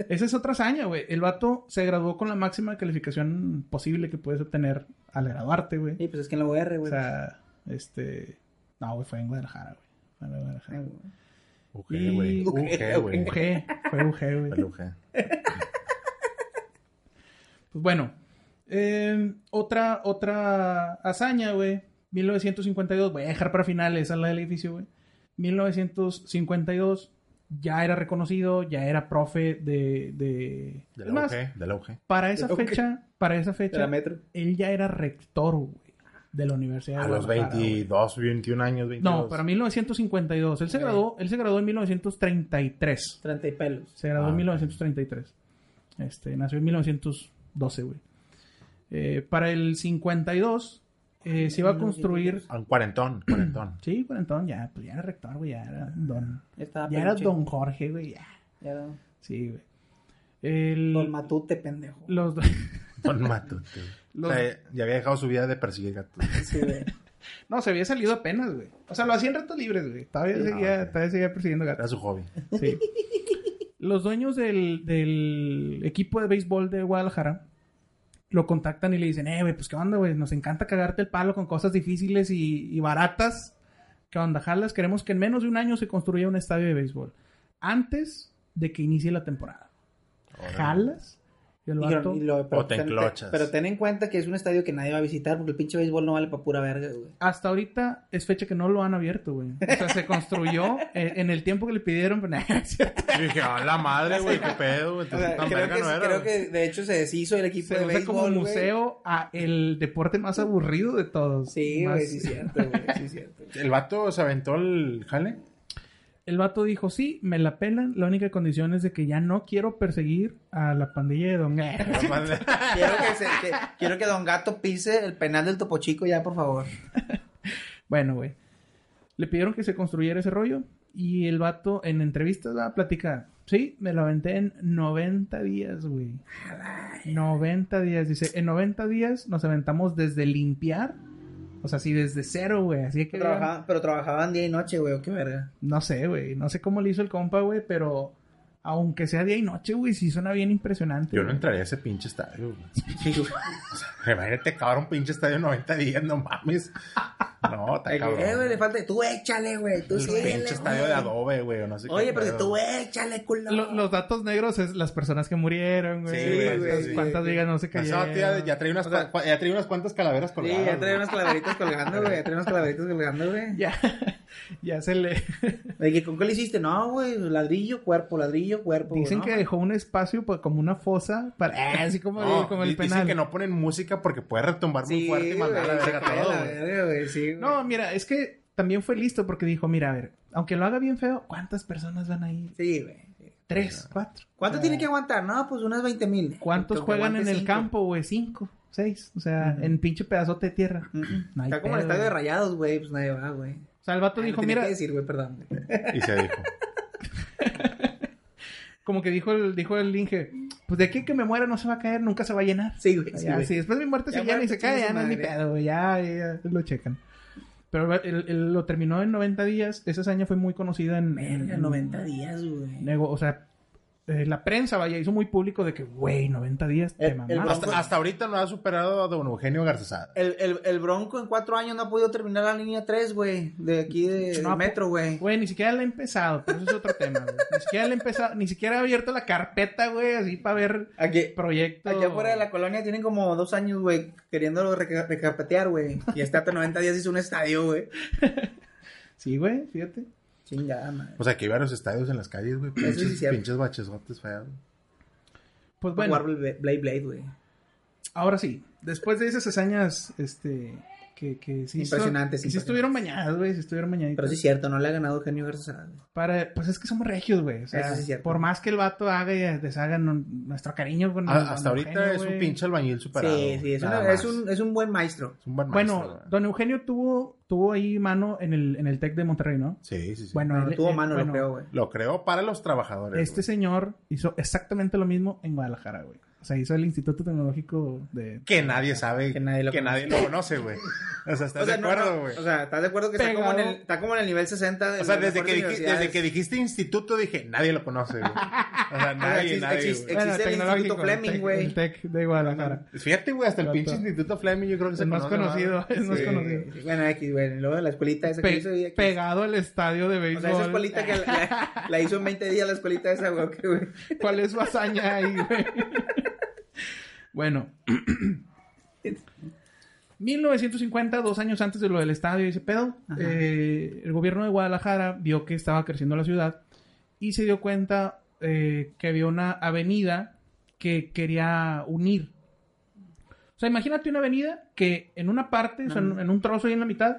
Speaker 3: Esa es otra hazaña, güey. El vato se graduó con la máxima calificación posible que puedes obtener al graduarte, güey.
Speaker 4: Sí, pues es que en la UR,
Speaker 3: O
Speaker 4: güey.
Speaker 3: sea, este... No, güey, fue en Guadalajara, güey. Fue en
Speaker 4: Ah,
Speaker 3: Guadalajara.
Speaker 5: UG,
Speaker 3: Y-
Speaker 5: güey. UG, güey.
Speaker 3: UG, fue UG,
Speaker 5: El
Speaker 3: güey.
Speaker 5: UG.
Speaker 3: Pues bueno, eh, otra, otra hazaña, güey. 1952, voy a dejar para finales esa es la del edificio, güey. 1952, ya era reconocido, ya era profe de... de...
Speaker 5: De
Speaker 3: Es
Speaker 5: la
Speaker 3: más,
Speaker 5: UG, de la UG.
Speaker 3: para esa
Speaker 4: De la UG.
Speaker 3: fecha, para esa
Speaker 4: De la
Speaker 3: fecha,
Speaker 4: metro.
Speaker 3: él ya era rector, güey. de la Universidad de
Speaker 5: A los
Speaker 3: Guadalajara, güey.
Speaker 5: 22, 21 años, 22.
Speaker 3: No, para 1952. Él se
Speaker 4: Ok.
Speaker 3: graduó, él se graduó en 1933.
Speaker 4: 30 y pelos.
Speaker 3: Se graduó
Speaker 5: Ah,
Speaker 3: en
Speaker 5: ok.
Speaker 3: 1933. Este, nació en 1912, güey. Eh, para el 52
Speaker 4: Ah,
Speaker 3: eh, se iba a construir...
Speaker 5: A Un cuarentón, cuarentón.
Speaker 3: Sí, bueno, entonces ya, pues ya era rector, güey, ya era don...
Speaker 4: Estaba
Speaker 3: Ya era
Speaker 4: peluche.
Speaker 3: don Jorge, güey, ya.
Speaker 4: Ya era
Speaker 3: Sí, güey. El-
Speaker 4: Don Matute, pendejo.
Speaker 3: los,
Speaker 5: Don Matute.
Speaker 3: los-
Speaker 5: O sea, ya había dejado su vida de perseguir gatos.
Speaker 4: Sí, güey.
Speaker 3: No, se había salido apenas, güey. O sea, lo hacía en ratos libres, güey. Todavía,
Speaker 5: Sí,
Speaker 3: seguía,
Speaker 5: no, ok.
Speaker 3: todavía seguía persiguiendo gatos.
Speaker 5: Era su hobby.
Speaker 3: Sí. Los dueños del, del equipo de béisbol de Guadalajara lo contactan y le dicen, eh, güey, pues qué onda, güey, nos encanta cagarte el palo con cosas difíciles y, y baratas. ¿Qué onda, jalas? Queremos que en menos de un año se construya un estadio de béisbol. Antes de que inicie la temporada. ¿Jalas? Y el
Speaker 4: Y-
Speaker 3: vato-
Speaker 4: y lo- pero
Speaker 5: O te
Speaker 4: ten-
Speaker 5: enclochas.
Speaker 4: Pero ten en cuenta que es un estadio que nadie va a visitar porque el pinche béisbol no vale para pura verga, güey.
Speaker 3: Hasta ahorita es fecha que no lo han abierto, güey. O sea, se construyó eh, en el tiempo que le pidieron. pero nada, es cierto.
Speaker 5: Y dije, a la madre, güey, qué pedo, güey.
Speaker 4: O sea,
Speaker 5: Entonces, tan
Speaker 4: creo,
Speaker 5: verga
Speaker 4: que,
Speaker 5: no era.
Speaker 4: creo
Speaker 5: güey.
Speaker 4: que de hecho se deshizo el equipo
Speaker 3: se
Speaker 4: de
Speaker 3: usa
Speaker 4: béisbol.
Speaker 3: como
Speaker 4: güey.
Speaker 3: museo a el deporte más aburrido de todos.
Speaker 4: Sí,
Speaker 3: Más-
Speaker 4: güey, sí, es cierto, güey. Sí, es cierto.
Speaker 5: ¿El vato se aventó el jale?
Speaker 3: El vato dijo, sí, me la pelan. La única condición es de que ya no quiero perseguir a la pandilla de Don...
Speaker 5: La madre.
Speaker 4: Quiero que, se- que- quiero que Don Gato pise el penal del Topo Chico ya, por favor.
Speaker 3: Bueno, güey. Le pidieron que se construyera ese rollo y el vato en entrevistas la platica. Sí, me la aventé en 90 días, güey. 90 días, dice. En 90 días nos aventamos desde limpiar. O sea, sí, desde cero, güey. Así que...
Speaker 4: Pero trabajaban, pero trabajaban día y noche, güey, o qué verga.
Speaker 3: No sé, güey. No sé cómo le hizo el compa, güey, pero... Aunque sea día y noche, güey, sí suena bien impresionante.
Speaker 5: Yo no
Speaker 3: güey.
Speaker 5: entraría a ese pinche estadio, güey. O sea, imagínate cabrón un pinche estadio en 90 días, no mames. No, está cabrón.
Speaker 4: Eh, güey, le falta. Tú échale, güey. Tú
Speaker 5: el
Speaker 4: síguele,
Speaker 5: pinche estadio
Speaker 4: güey.
Speaker 5: de adobe, güey, o no sé qué
Speaker 4: Oye, pero
Speaker 5: pedo.
Speaker 4: si tú échale, culo.
Speaker 3: Lo- los datos negros es las personas que murieron, güey.
Speaker 5: Sí, güey,
Speaker 3: cuántas,
Speaker 5: sí,
Speaker 3: cuántas
Speaker 4: sí.
Speaker 3: vigas no se
Speaker 5: Cansado,
Speaker 3: cayeron.
Speaker 5: tía, ya traía unas, cua- ya traía unas cuantas calaveras
Speaker 4: Sí,
Speaker 5: colgadas.
Speaker 4: ya trae
Speaker 5: güey.
Speaker 4: unas claveritas colgando, güey. Ya trae unas claveritas colgando, güey.
Speaker 3: Ya, ya se le...
Speaker 4: De que, ¿Con qué le hiciste? No, güey. Ladrillo, cuerpo, ladrillo, cuerpo. güey,
Speaker 3: Dicen
Speaker 4: ¿no?
Speaker 3: que dejó un espacio pa- como una fosa para... Ah, así como, el,
Speaker 5: No,
Speaker 3: como
Speaker 5: di-
Speaker 3: el penal.
Speaker 5: Dicen que no ponen música porque puede retumbar muy
Speaker 4: Sí,
Speaker 5: fuerte y mandar a la
Speaker 4: güey,
Speaker 5: verga
Speaker 4: se cae
Speaker 5: todo,
Speaker 4: la
Speaker 5: güey.
Speaker 4: verga, güey, sí, güey.
Speaker 3: No, mira, es que también fue listo porque dijo, mira, a ver, aunque lo haga bien feo, ¿cuántas personas van a ir?
Speaker 4: Sí, güey. sí.
Speaker 3: Tres, cuatro. Ah,
Speaker 4: ¿Cuánto tiene que aguantar? No, pues unas 20 mil.
Speaker 3: ¿Cuántos juegan en el campo, güey? Cinco, seis. O sea, en pinche pedazote de tierra. No hay
Speaker 4: Mm, Está como el
Speaker 3: pedo,
Speaker 4: estadio de
Speaker 3: güey.
Speaker 4: rayados, güey. Pues nadie va, güey.
Speaker 3: O sea, el vato
Speaker 4: Ah, lo
Speaker 3: dijo,
Speaker 4: tenía
Speaker 3: mira,
Speaker 4: que decir, güey, perdón. güey.
Speaker 5: Y se dijo.
Speaker 3: como que dijo el, dijo el Inge, pues de aquí que me muera no se va a caer, nunca se va a llenar.
Speaker 4: Sí, güey. Sí,
Speaker 3: Ya,
Speaker 4: güey.
Speaker 3: si después de mi muerte
Speaker 4: Ya
Speaker 3: se llena y
Speaker 4: muerte,
Speaker 3: se cae,
Speaker 4: chingue
Speaker 3: ya
Speaker 4: su
Speaker 3: no es mi
Speaker 4: madre.
Speaker 3: pedo, güey, ya, ya lo checan. Pero él, él lo terminó en 90 días, esa hazaña fue muy conocida en...
Speaker 4: Verga,
Speaker 3: en-
Speaker 4: 90 días, güey.
Speaker 3: nego- o sea, eh, la prensa, vaya, hizo muy público de que, güey, 90 días, te
Speaker 4: El- el
Speaker 3: mamaste.
Speaker 4: pues
Speaker 5: Hasta, hasta ahorita no ha superado a don Eugenio Garzazada.
Speaker 4: El, el, el Bronco en cuatro años no ha podido terminar la línea 3, güey. De aquí de
Speaker 3: No,
Speaker 4: del metro, güey.
Speaker 3: Güey, ni siquiera la he empezado, pero eso es otro tema, güey. Ni siquiera la he empezado, ni siquiera he abierto la carpeta, güey, así para ver
Speaker 4: Aquí,
Speaker 3: proyectos.
Speaker 4: aquí afuera de la colonia tienen como dos años, güey, queriéndolo reca- recarpetear, güey. Y este hasta 90 días hizo un estadio, güey.
Speaker 3: Sí, güey, fíjate.
Speaker 4: Chingada, madre.
Speaker 5: O sea, que hay varios estadios en las calles, güey.
Speaker 4: sí es
Speaker 5: Pinches,
Speaker 4: cierto.
Speaker 5: pinches bachesotes feos.
Speaker 3: Pues
Speaker 4: Para
Speaker 3: bueno.
Speaker 4: Jugar Blade Blade, Blade, güey.
Speaker 3: Ahora sí, después de esas hazañas, este, que, que sí, hizo-
Speaker 4: Impresionantes,
Speaker 3: que sí
Speaker 4: impresionantes.
Speaker 3: estuvieron bañadas, güey, sí estuvieron bañaditas.
Speaker 4: Pero sí es cierto, no le ha ganado Eugenio Garzazada, güey.
Speaker 3: Para, pues es que somos regios, güey. O sea,
Speaker 4: Eso sí es cierto.
Speaker 3: por más que el vato haga y deshaga no- nuestro cariño con
Speaker 5: Ah,
Speaker 3: don
Speaker 5: Hasta ahorita
Speaker 3: Eugenio,
Speaker 5: es un
Speaker 3: güey.
Speaker 5: pinche albañil superado.
Speaker 4: Sí, sí, es,
Speaker 5: nada
Speaker 4: una-
Speaker 5: más.
Speaker 4: es un, es un buen maestro.
Speaker 5: Es un buen
Speaker 3: Bueno,
Speaker 5: maestro, güey.
Speaker 3: don Eugenio tuvo, tuvo ahí mano en el, en el TEC de Monterrey, ¿no?
Speaker 5: Sí, sí, sí.
Speaker 3: Bueno,
Speaker 4: No,
Speaker 3: él-
Speaker 4: tuvo
Speaker 3: él-
Speaker 4: mano,
Speaker 3: bueno,
Speaker 4: lo creo, güey.
Speaker 5: Lo creó para los trabajadores.
Speaker 3: Este señor hizo exactamente lo mismo en Guadalajara, güey. O sea, hizo el Instituto Tecnológico de...
Speaker 5: güey. Que nadie sabe.
Speaker 4: Que nadie lo conoce.
Speaker 5: conoce, güey. O sea, ¿estás
Speaker 4: O sea,
Speaker 5: de
Speaker 4: no,
Speaker 5: acuerdo,
Speaker 4: no,
Speaker 5: güey?
Speaker 4: o sea, ¿estás de acuerdo que está como, en el,
Speaker 3: Pegado.
Speaker 4: está como en el nivel 60? de
Speaker 5: O sea,
Speaker 4: las
Speaker 5: desde que,
Speaker 4: mejores
Speaker 5: dijiste, desde que
Speaker 4: universidades?
Speaker 5: dijiste instituto dije, nadie lo conoce, güey. O sea,
Speaker 4: O sea,
Speaker 5: nadie,
Speaker 4: existe-
Speaker 5: nadie.
Speaker 4: existe-
Speaker 5: güey. Pues
Speaker 4: existe el
Speaker 3: tecnológico,
Speaker 4: Instituto Fleming,
Speaker 3: TEC-
Speaker 4: güey.
Speaker 3: El TEC de Guadalajara.
Speaker 5: Fíjate, güey, hasta el
Speaker 3: Exacto.
Speaker 5: pinche instituto Fleming yo creo que
Speaker 3: Es
Speaker 5: se
Speaker 3: más
Speaker 5: conoce, ¿no?
Speaker 3: conocido, es más
Speaker 5: Sí.
Speaker 3: conocido.
Speaker 4: Sí, Bueno, aquí, güey, luego de la escuelita esa que
Speaker 3: Pe-
Speaker 4: hizo. y aquí-
Speaker 3: pegado al estadio de
Speaker 4: o
Speaker 3: béisbol.
Speaker 4: sea, esa escuelita que la, la- la hizo en 20 días, la escuelita esa, güey. que, güey.
Speaker 3: ¿Cuál es su hazaña ahí, güey? bueno. 1950, dos años antes de lo del estadio y ese pedo,
Speaker 4: Ajá.
Speaker 3: eh, el gobierno de Guadalajara vio que estaba creciendo la ciudad y se dio cuenta eh, que había una avenida que quería unir. O sea, imagínate una avenida que en una parte, o sea, en, en un trozo y en la mitad,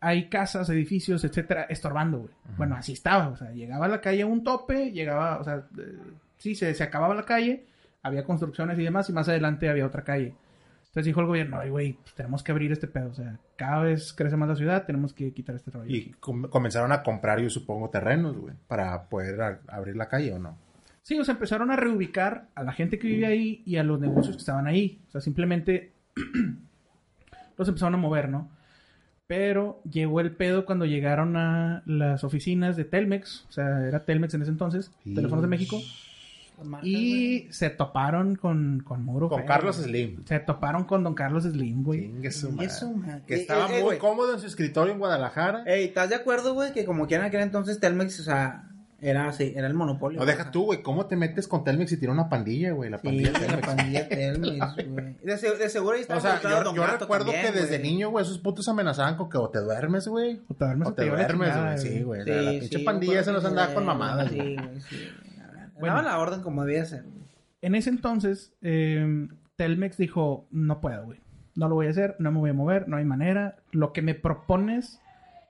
Speaker 3: hay casas, edificios, etcétera, estorbando, güey. Bueno, así estaba, o sea, llegaba a la calle un tope, llegaba, o sea, eh, sí, se, se acababa la calle, había construcciones y demás, y más adelante había otra calle. Entonces dijo el gobierno, ay, güey, pues, tenemos que abrir este pedo, o sea, cada vez crece más la ciudad, tenemos que quitar este rollo.
Speaker 5: Y com- comenzaron a comprar, yo supongo, terrenos, güey, para poder a- abrir la calle o no.
Speaker 3: Sí, o sea, empezaron a reubicar a la gente que vive ahí y a los negocios que estaban ahí. O sea, simplemente los empezaron a mover, ¿no? Pero llegó el pedo cuando llegaron a las oficinas de Telmex, o sea, era Telmex en ese entonces, Teléfonos de México, y se toparon con, con Muro.
Speaker 5: Con
Speaker 3: feo,
Speaker 5: Carlos
Speaker 3: güey.
Speaker 5: Slim.
Speaker 3: Se toparon con Don Carlos Slim, güey.
Speaker 5: Chingue su
Speaker 4: Chingue
Speaker 5: madre.
Speaker 4: su madre.
Speaker 5: Que
Speaker 4: Eh,
Speaker 5: estaba
Speaker 4: eh, eh,
Speaker 5: muy
Speaker 4: güey. Eh,
Speaker 5: cómodo en su escritorio en Guadalajara.
Speaker 4: Ey, ¿estás de acuerdo, güey? Que como quieran aquel entonces Telmex, o sea, era así, era el monopolio.
Speaker 5: No
Speaker 4: güey, o
Speaker 5: deja
Speaker 4: sea.
Speaker 5: tú, güey. ¿Cómo te metes con Telmex si tiene una pandilla, güey? La
Speaker 4: Sí,
Speaker 5: pandilla
Speaker 4: la
Speaker 5: Telmex.
Speaker 4: pandilla Telmex, güey. De, se- de seguro ahí está
Speaker 5: O sea,
Speaker 4: involucrado
Speaker 5: yo,
Speaker 4: Don
Speaker 5: yo
Speaker 4: Gato
Speaker 5: recuerdo
Speaker 4: también,
Speaker 5: que desde
Speaker 4: güey.
Speaker 5: niño, güey, esos putos amenazaban con que o te duermes, güey.
Speaker 3: O te duermes,
Speaker 5: O
Speaker 3: o
Speaker 5: te
Speaker 3: te lleva la
Speaker 5: duermes,
Speaker 3: chingada,
Speaker 5: güey. Sí, güey.
Speaker 4: Sí,
Speaker 5: la- la
Speaker 4: sí,
Speaker 5: pinche
Speaker 4: yo
Speaker 5: pandilla
Speaker 4: recuerdo
Speaker 5: se nos
Speaker 4: que
Speaker 5: andaba
Speaker 4: sí,
Speaker 5: con mamadas,
Speaker 4: Sí,
Speaker 5: güey.
Speaker 4: güey, sí.
Speaker 3: Bueno.
Speaker 4: Daban la orden como debía ser. güey.
Speaker 3: En ese entonces, eh, Telmex dijo, no puedo, güey. No lo voy a hacer, no me voy a mover, no hay manera. Lo que me propones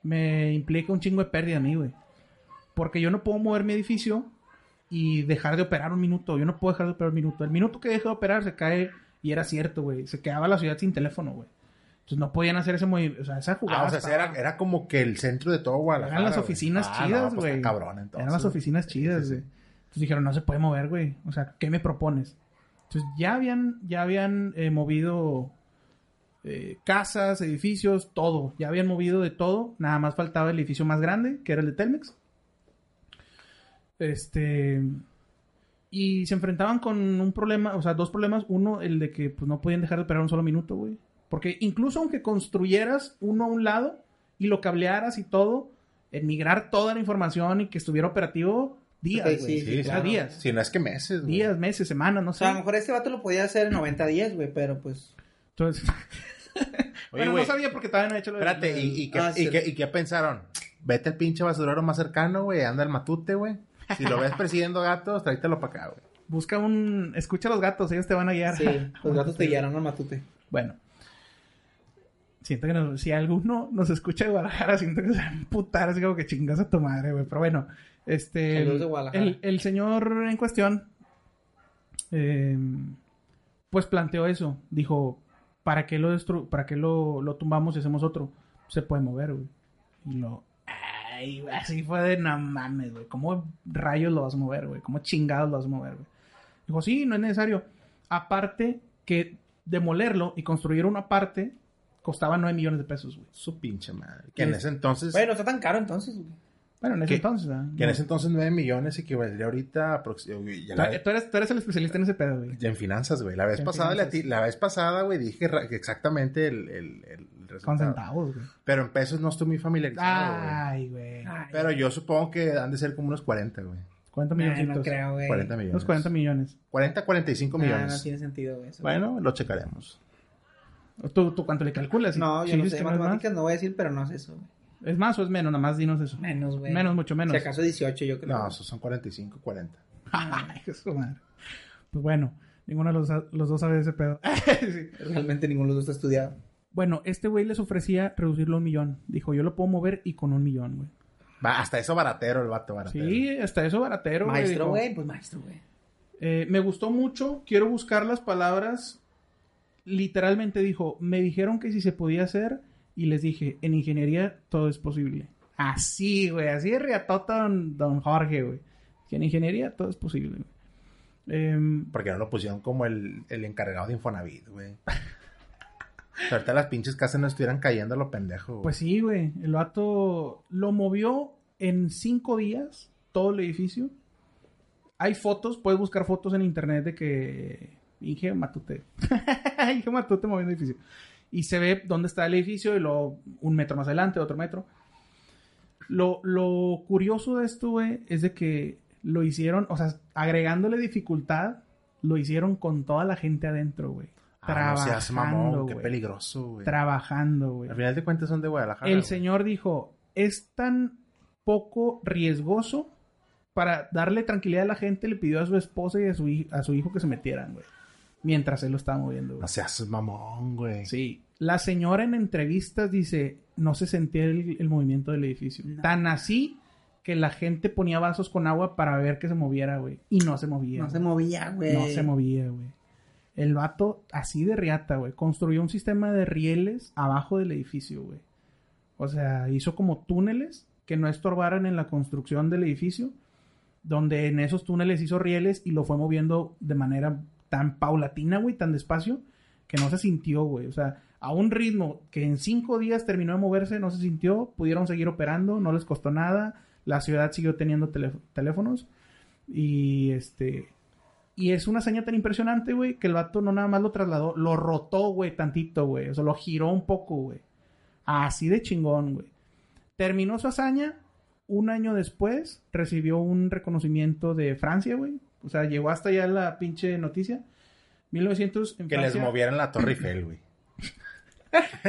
Speaker 3: me implica un chingo de pérdida a mí, güey. Porque yo no puedo mover mi edificio y dejar de operar un minuto. Yo no puedo dejar de operar un minuto. El minuto que deje de operar se cae, y era cierto, güey. Se quedaba la ciudad sin teléfono, güey. Entonces no podían hacer ese movimiento. O sea, esa jugada.
Speaker 5: Ah, o sea, sí,
Speaker 3: estaba-
Speaker 5: era, era como que el centro de todo Guadalajara.
Speaker 3: eran las
Speaker 5: güey.
Speaker 3: oficinas
Speaker 5: Ah, no,
Speaker 3: chidas,
Speaker 5: pues,
Speaker 3: güey.
Speaker 5: está cabrón, entonces.
Speaker 3: Eran las
Speaker 5: güey.
Speaker 3: oficinas chidas, güey. Entonces dijeron, no se puede mover, güey. O sea, ¿qué me propones? Entonces ya habían, ya habían eh, movido eh, casas, edificios, todo. Ya habían movido de todo. Nada más faltaba el edificio más grande, que era el de Telmex. Este. Y se enfrentaban con un problema, o sea, dos problemas. Uno, el de que pues, no podían dejar de operar un solo minuto, güey. Porque incluso aunque construyeras uno a un lado y lo cablearas y todo, emigrar toda la información y que estuviera operativo días,
Speaker 4: Ok,
Speaker 3: güey.
Speaker 4: sí,
Speaker 3: O sea,
Speaker 5: sí, claro.
Speaker 3: días.
Speaker 5: Si no es que meses, güey.
Speaker 3: Días, meses, semanas, no
Speaker 4: O
Speaker 3: sé.
Speaker 4: sea, a lo mejor este vato lo podía hacer en 90-10, güey, pero pues.
Speaker 3: Entonces,
Speaker 5: Oye,
Speaker 3: bueno,
Speaker 5: güey.
Speaker 3: no sabía porque todavía no he hecho lo de-
Speaker 5: Espérate, ¿y, y, qué,
Speaker 4: Ah,
Speaker 5: y,
Speaker 4: sí.
Speaker 5: qué, y qué pensaron? Vete al pinche basurero más cercano, güey. Anda al matute, güey. Si lo ves persiguiendo gatos, tráetelo para acá, güey.
Speaker 3: Busca un... Escucha a los gatos, ellos te van a guiar.
Speaker 4: Sí, los gatos te guiaron al matute.
Speaker 3: Bueno. Siento que nos- si alguno nos escucha de Guadalajara, siento que se va a emputar, así como que chingas a tu madre, güey. Pero bueno, este.
Speaker 4: Saludos de Guadalajara.
Speaker 3: El, el señor en cuestión, eh, pues planteó eso. Dijo: ¿Para qué lo destru- para qué lo, lo tumbamos y hacemos otro? Se puede mover, güey. Y lo. Ay, güey, así fue de no mames, güey. ¿Cómo rayos lo vas a mover, güey? ¿Cómo chingados lo vas a mover, güey? Dijo: Sí, no es necesario. Aparte que demolerlo y construir una parte costaba 9 millones de pesos, güey.
Speaker 5: Su pinche madre. Que en
Speaker 3: Es-
Speaker 5: ese entonces.
Speaker 4: Bueno, está tan caro entonces, güey.
Speaker 3: Bueno, en ese
Speaker 5: ¿Qué?
Speaker 3: entonces, ¿ah?
Speaker 5: Que en ese entonces 9 millones equivaldría ahorita aprox- eh, güey, ya,
Speaker 3: Tú,
Speaker 5: la-
Speaker 3: tú eres, tú eres el especialista en ese pedo, güey.
Speaker 5: ya en finanzas, güey. La vez
Speaker 3: En
Speaker 5: pasada, la, ti-
Speaker 3: finanzas.
Speaker 5: la vez pasada, güey, dije ra- que exactamente el, el, el
Speaker 3: Con
Speaker 5: resultado.
Speaker 3: centavos, güey.
Speaker 5: Pero en pesos no estoy muy familiarizado, güey.
Speaker 3: Ay, güey.
Speaker 4: Ah,
Speaker 5: Pero yo supongo que han de ser como unos 40, güey.
Speaker 3: 40
Speaker 4: Ay,
Speaker 3: millones.
Speaker 4: no creo, güey.
Speaker 5: 40 millones.
Speaker 3: Los 40 millones.
Speaker 5: 40, 45
Speaker 4: Nah,
Speaker 5: millones.
Speaker 4: no tiene sentido, güey. eso.
Speaker 5: Bueno, lo checaremos.
Speaker 3: ¿Tú, tú cuánto le calculas?
Speaker 4: No, yo
Speaker 3: ¿Sí
Speaker 4: no
Speaker 3: dices
Speaker 4: sé
Speaker 3: que es más?
Speaker 4: matemáticas, no voy a decir, pero no es eso, güey.
Speaker 3: ¿Es más o es menos? Nada más dinos eso.
Speaker 4: Menos, güey.
Speaker 3: Menos, mucho menos.
Speaker 4: Si acaso 18, yo creo.
Speaker 5: No, esos son 45, 40.
Speaker 3: Ay, su madre. Pues bueno, ninguno de los, los dos sabe de ese pedo. Sí.
Speaker 4: Realmente ninguno de los dos está estudiado.
Speaker 3: Bueno, este güey les ofrecía reducirlo a un millón. Dijo, yo lo puedo mover y con un millón, güey.
Speaker 5: Va, hasta eso baratero el vato baratero.
Speaker 3: Sí, hasta eso baratero, güey.
Speaker 4: maestro,
Speaker 3: Dijo,
Speaker 4: güey, pues maestro, güey.
Speaker 3: Eh, me gustó mucho. Quiero buscar las palabras. Literalmente dijo, me dijeron que si se podía hacer y les dije, en ingeniería todo es posible. Así, güey, así de riatota don, don Jorge, güey. Que en ingeniería todo es posible, güey. Em,
Speaker 5: Porque no lo pusieron como el, el encargado de Infonavit, güey. Si Ahorita las pinches casas no estuvieran cayendo a lo pendejo. güey.
Speaker 3: pues sí, güey, el vato lo movió en cinco días, todo el edificio. Hay fotos, puedes buscar fotos en internet de que Inge Matute. Inge Matute moviendo edificio. y se ve dónde está el edificio y luego un metro más adelante, otro metro. Lo, lo curioso de esto, güey, es de que lo hicieron, o sea, agregándole dificultad, lo hicieron con toda la gente adentro, güey.
Speaker 5: Ah, no seas mamón,
Speaker 3: trabajando,
Speaker 5: qué
Speaker 3: güey.
Speaker 5: peligroso, güey.
Speaker 3: Trabajando, güey.
Speaker 5: Al final de cuentas son de Guadalajara.
Speaker 3: El
Speaker 5: güey.
Speaker 3: señor dijo, es tan poco riesgoso para darle tranquilidad a la gente, le pidió a su esposa y a su, hij- a su hijo que se metieran, güey. mientras él lo estaba moviendo. güey.
Speaker 5: No seas mamón, güey.
Speaker 3: Sí. La señora en entrevistas dice, no se sentía el, el movimiento del edificio. Tan así que la gente ponía vasos con agua para ver que se moviera, güey. Y no se movía.
Speaker 4: No se
Speaker 3: güey.
Speaker 4: movía, güey.
Speaker 3: No se movía, güey. El vato, así de riata, güey, construyó un sistema de rieles abajo del edificio, güey. O sea, hizo como túneles que no estorbaran en la construcción del edificio, donde en esos túneles hizo rieles y lo fue moviendo de manera tan paulatina, güey, tan despacio, que no se sintió, güey. O sea, a un ritmo que en cinco días terminó de moverse, no se sintió, pudieron seguir operando, no les costó nada, la ciudad siguió teniendo teléf- teléfonos y este... Y es una seña tan impresionante, güey, que el vato no nada más lo trasladó, lo rotó, güey, tantito, güey. O sea, lo giró un poco, güey. Así de chingón, güey. Terminó su hazaña. Un año después recibió un reconocimiento de Francia, güey. O sea, llegó hasta allá la pinche noticia. 1900 en
Speaker 5: Que les
Speaker 3: Francia,
Speaker 5: movieran la Torre Eiffel, güey.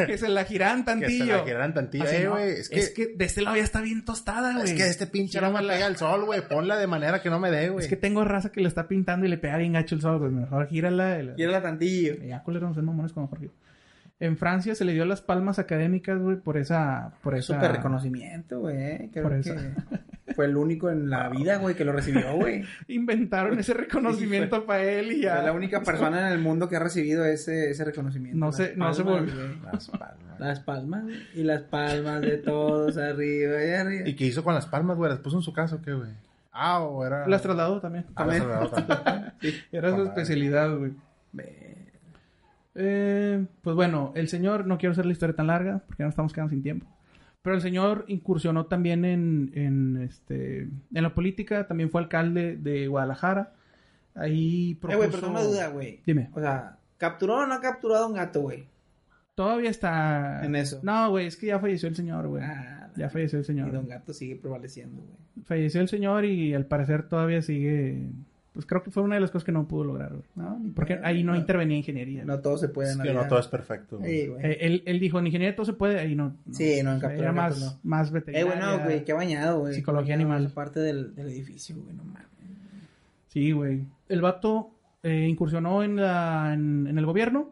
Speaker 3: Que se la giran
Speaker 5: Que
Speaker 3: tantillo.
Speaker 5: se la giraran tantillo.
Speaker 3: Así,
Speaker 5: Eh,
Speaker 3: ¿no?
Speaker 5: güey, es que, es que,
Speaker 3: de este lado ya está bien tostada, güey.
Speaker 5: este pinche no me pega el sol, güey. Ponla de manera que no me dé, güey.
Speaker 3: Es que tengo raza que le está pintando y le pega bien gacho el sol, güey. Mejor gírala. y la-
Speaker 4: Quiero la tantillo.
Speaker 3: Ya, culero, no sean mamones con Jorge. En Francia se le dio las palmas académicas, güey, por esa... Por esa...
Speaker 4: Súper reconocimiento, güey. Creo
Speaker 3: Por
Speaker 4: que
Speaker 3: eso.
Speaker 4: fue el único en la vida, güey, que lo recibió, güey.
Speaker 3: Inventaron ese reconocimiento para él y ya...
Speaker 4: Es la única persona en el mundo que ha recibido ese, ese reconocimiento.
Speaker 3: No
Speaker 4: Las
Speaker 3: se- no se
Speaker 4: palmas,
Speaker 3: volvió.
Speaker 4: güey.
Speaker 5: Las palmas.
Speaker 4: Las palmas güey. y las palmas de todos arriba y arriba. Eh,
Speaker 5: ¿Y qué hizo con las palmas, güey? ¿Las puso en su casa o qué, güey? Ah, o era...
Speaker 3: Las trasladó también.
Speaker 5: Ah, las trasladó también.
Speaker 3: Era su
Speaker 5: Con madre.
Speaker 3: especialidad, güey.
Speaker 4: Ve.
Speaker 3: Eh, pues bueno, el señor, no quiero hacer la historia tan larga, porque ya nos estamos quedando sin tiempo. Pero el señor incursionó también en, en, este, en la política, también fue alcalde de Guadalajara. Ahí
Speaker 4: Eh,
Speaker 3: propuso...
Speaker 4: güey, pero una duda, güey.
Speaker 3: Dime.
Speaker 4: O sea, ¿capturó o no ha capturado a un gato, güey?
Speaker 3: Todavía está...
Speaker 4: En eso.
Speaker 3: No, güey, es que ya falleció el señor, güey.
Speaker 4: Ah,
Speaker 3: ya falleció el
Speaker 4: Y Don
Speaker 3: señor.
Speaker 4: Gato sigue prevaleciendo, güey.
Speaker 3: Falleció el señor y al parecer todavía sigue... Pues creo que fue una de las cosas que no pudo lograr, güey.
Speaker 4: Ah, No, ni
Speaker 3: Porque
Speaker 4: pedo,
Speaker 3: ahí no, intervenía ingeniería.
Speaker 4: No todo se puede
Speaker 5: Es
Speaker 4: en la
Speaker 5: que no
Speaker 4: vida.
Speaker 5: todo es perfecto, güey.
Speaker 4: Sí, güey.
Speaker 3: Eh, él, él dijo, en ingeniería todo se puede, ahí no.
Speaker 4: Sí, no, en
Speaker 3: O sea,
Speaker 4: captura
Speaker 3: Era
Speaker 4: de
Speaker 3: más,
Speaker 4: gatos
Speaker 3: más
Speaker 4: Eh,
Speaker 3: veterinaria.
Speaker 4: güey, no, güey, qué bañado, güey.
Speaker 3: Psicología
Speaker 4: Qué bañado
Speaker 3: animal.
Speaker 4: La parte del, del edificio, güey, no mames.
Speaker 3: Sí, güey. El vato eh, incursionó en, la, en, en el gobierno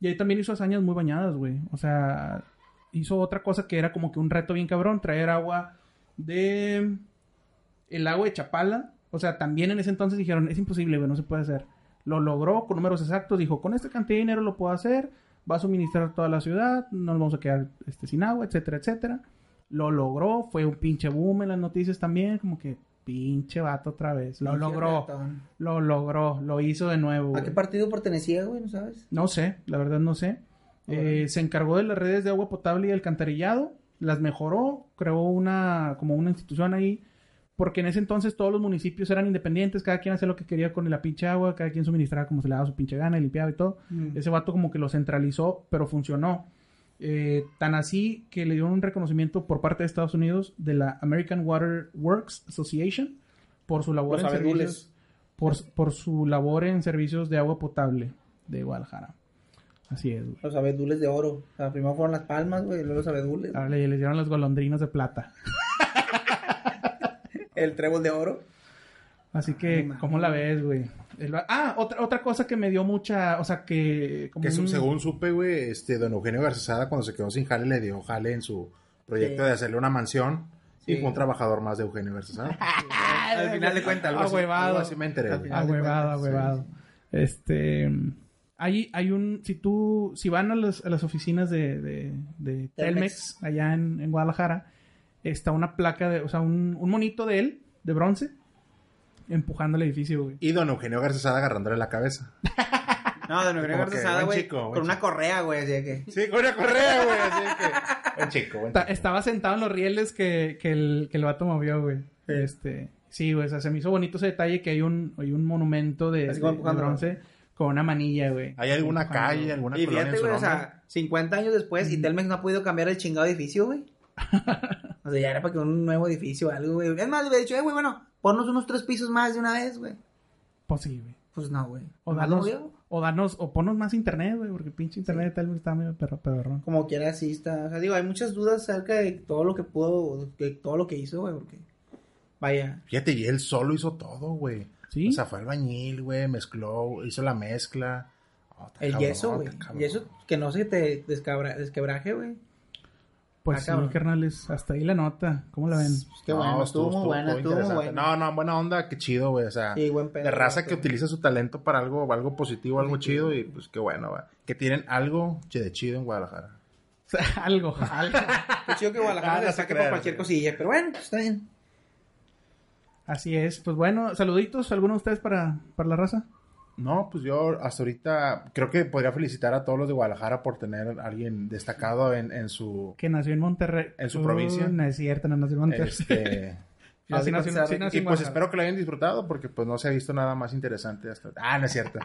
Speaker 3: y ahí también hizo hazañas muy bañadas, güey. O sea, hizo otra cosa que era como que un reto bien cabrón, traer agua de... El agua de Chapala. O sea, también en ese entonces dijeron, es imposible, güey, no se puede hacer. Lo logró con números exactos, dijo, con esta cantidad de dinero lo puedo hacer, va a suministrar toda la ciudad, no nos vamos a quedar este, sin agua, etcétera, etcétera. Lo logró, fue un pinche boom en las noticias también, como que pinche vato otra vez. Lo
Speaker 4: Pinche
Speaker 3: logró, Ah,
Speaker 4: ratón.
Speaker 3: lo logró, lo hizo de nuevo.
Speaker 4: ¿A
Speaker 3: güey.
Speaker 4: qué partido pertenecía, güey? ¿No sabes?
Speaker 3: No sé, la verdad no sé. Eh, se encargó de las redes de agua potable y alcantarillado, las mejoró, creó una como una institución ahí, porque en ese entonces todos los municipios eran independientes, cada quien hacía lo que quería con la pinche agua, cada quien suministraba como se le daba su pinche gana, y limpiaba y todo.
Speaker 4: Mm.
Speaker 3: Ese vato como que lo centralizó, pero funcionó. Eh, tan así que le dieron un reconocimiento por parte de Estados Unidos de la American Water Works Association por su labor
Speaker 4: Los
Speaker 3: en servicios
Speaker 4: abedules.
Speaker 3: por, por su labor en servicios de agua potable de Guadalajara. Así es, güey.
Speaker 4: Los abedules de oro. O sea, primero fueron las palmas, güey, luego los abedules.
Speaker 3: Ahora le, les dieron las golondrinas de plata.
Speaker 4: El trébol de oro.
Speaker 3: Así que, ¿cómo la ves, güey? El va- Ah, otra, otra cosa que me dio mucha. O sea, que. Como
Speaker 5: Que su-
Speaker 3: un-
Speaker 5: según supe, güey, este, don Eugenio Garzazada cuando se quedó sin jale le dio jale en su proyecto
Speaker 4: Sí.
Speaker 5: de hacerle una mansión y
Speaker 4: Sí.
Speaker 5: fue un trabajador más de Eugenio Garzazada.
Speaker 4: Al final de cuentas,
Speaker 3: Ah,
Speaker 4: algo así.
Speaker 3: güey, Ahuevado.
Speaker 5: Algo así me enteré,
Speaker 4: Al
Speaker 5: güey.
Speaker 4: final.
Speaker 3: Ahuevado,
Speaker 4: Ah, Sí,
Speaker 3: ahuevado. Este. Hay, hay un. Si tú. Si van a las, a las oficinas de, de, de Telmex,
Speaker 4: Telmex.
Speaker 3: allá en, en Guadalajara, está una placa de. O sea, un, un monito de él, de bronce, empujando el edificio, güey.
Speaker 5: Y don Eugenio Garzazada agarrándole la cabeza.
Speaker 4: No, de Nueva
Speaker 5: Como que,
Speaker 4: Garza
Speaker 5: buen
Speaker 4: güey,
Speaker 5: chico, buen
Speaker 4: con una
Speaker 5: chico.
Speaker 4: correa, güey, así de que...
Speaker 5: Sí, con una correa, güey. Así que. Buen chico, buen
Speaker 3: Esta-
Speaker 5: chico.
Speaker 3: estaba sentado en los rieles que, que el, que el vato movió, güey. Este, sí, güey, o sea, se me hizo bonito ese detalle que hay un, hay un monumento de,
Speaker 4: Así como
Speaker 3: de- de
Speaker 4: empujando.
Speaker 3: bronce con una manilla, güey.
Speaker 5: ¿Hay alguna
Speaker 3: Empujando.
Speaker 5: calle, alguna
Speaker 4: Y
Speaker 5: colonia en Mm.
Speaker 4: fíjate,
Speaker 5: su
Speaker 4: güey, o
Speaker 5: nombre?
Speaker 4: sea, 50 años después y Telmex no ha podido cambiar el chingado edificio, güey. o sea, ya era para que un nuevo edificio o algo, güey. Es más, le hubiera dicho, eh, güey, bueno, ponnos unos tres pisos más de una vez, güey.
Speaker 3: Pues sí, güey.
Speaker 4: Pues no, güey.
Speaker 3: O
Speaker 4: Nomás
Speaker 3: danos,
Speaker 4: lo vio.
Speaker 3: o danos, o ponos más internet, güey, porque pinche internet tal vez está medio perro, pedorrón.
Speaker 4: Como quiera, así está. O sea, digo, hay muchas dudas acerca de todo lo que pudo, de todo lo que hizo, güey, porque Vaya.
Speaker 5: Fíjate, y él solo hizo todo, güey.
Speaker 3: ¿Sí?
Speaker 5: O sea, fue albañil, güey, mezcló, hizo la mezcla. Oh, está
Speaker 4: El
Speaker 5: cabrón,
Speaker 4: yeso, güey.
Speaker 5: está cabrón.
Speaker 4: Yeso que no se te descabra- desquebraje, güey.
Speaker 3: Pues
Speaker 4: Ah,
Speaker 3: sí,
Speaker 4: cabrón.
Speaker 3: carnales, hasta ahí la nota. ¿Cómo la ven?
Speaker 4: Pues Qué
Speaker 5: No,
Speaker 4: bueno, estuvo muy buena, estuvo muy
Speaker 5: interesante.
Speaker 4: buena.
Speaker 5: No, no, buena onda, qué chido, güey. O sea,
Speaker 4: Sí, buen pedo,
Speaker 5: de raza
Speaker 4: güey.
Speaker 5: que utiliza su talento para algo, algo positivo, algo chido, y pues qué bueno, güey. Que tienen algo che, de chido en Guadalajara.
Speaker 3: algo, algo.
Speaker 4: Qué chido Pues que Guadalajara
Speaker 5: Ah, no
Speaker 4: le
Speaker 5: se
Speaker 4: saque
Speaker 5: crean,
Speaker 4: por cualquier
Speaker 5: güey.
Speaker 4: cosilla, pero bueno, pues, está bien.
Speaker 3: Así es. Pues bueno, saluditos, ¿alguno de ustedes para, para la raza?
Speaker 5: No, pues yo hasta ahorita creo que podría felicitar a todos los de Guadalajara por tener a alguien destacado en, en su.
Speaker 3: Que nació en Monterrey.
Speaker 5: En su
Speaker 3: Uh,
Speaker 5: provincia.
Speaker 3: No es cierto, no nació en Monterrey.
Speaker 5: Este.
Speaker 3: No, sí nació- sí nació en
Speaker 5: Y pues
Speaker 3: Guadalajara.
Speaker 5: espero que lo hayan disfrutado porque pues no se ha visto nada más interesante hasta... Ah, no es cierto.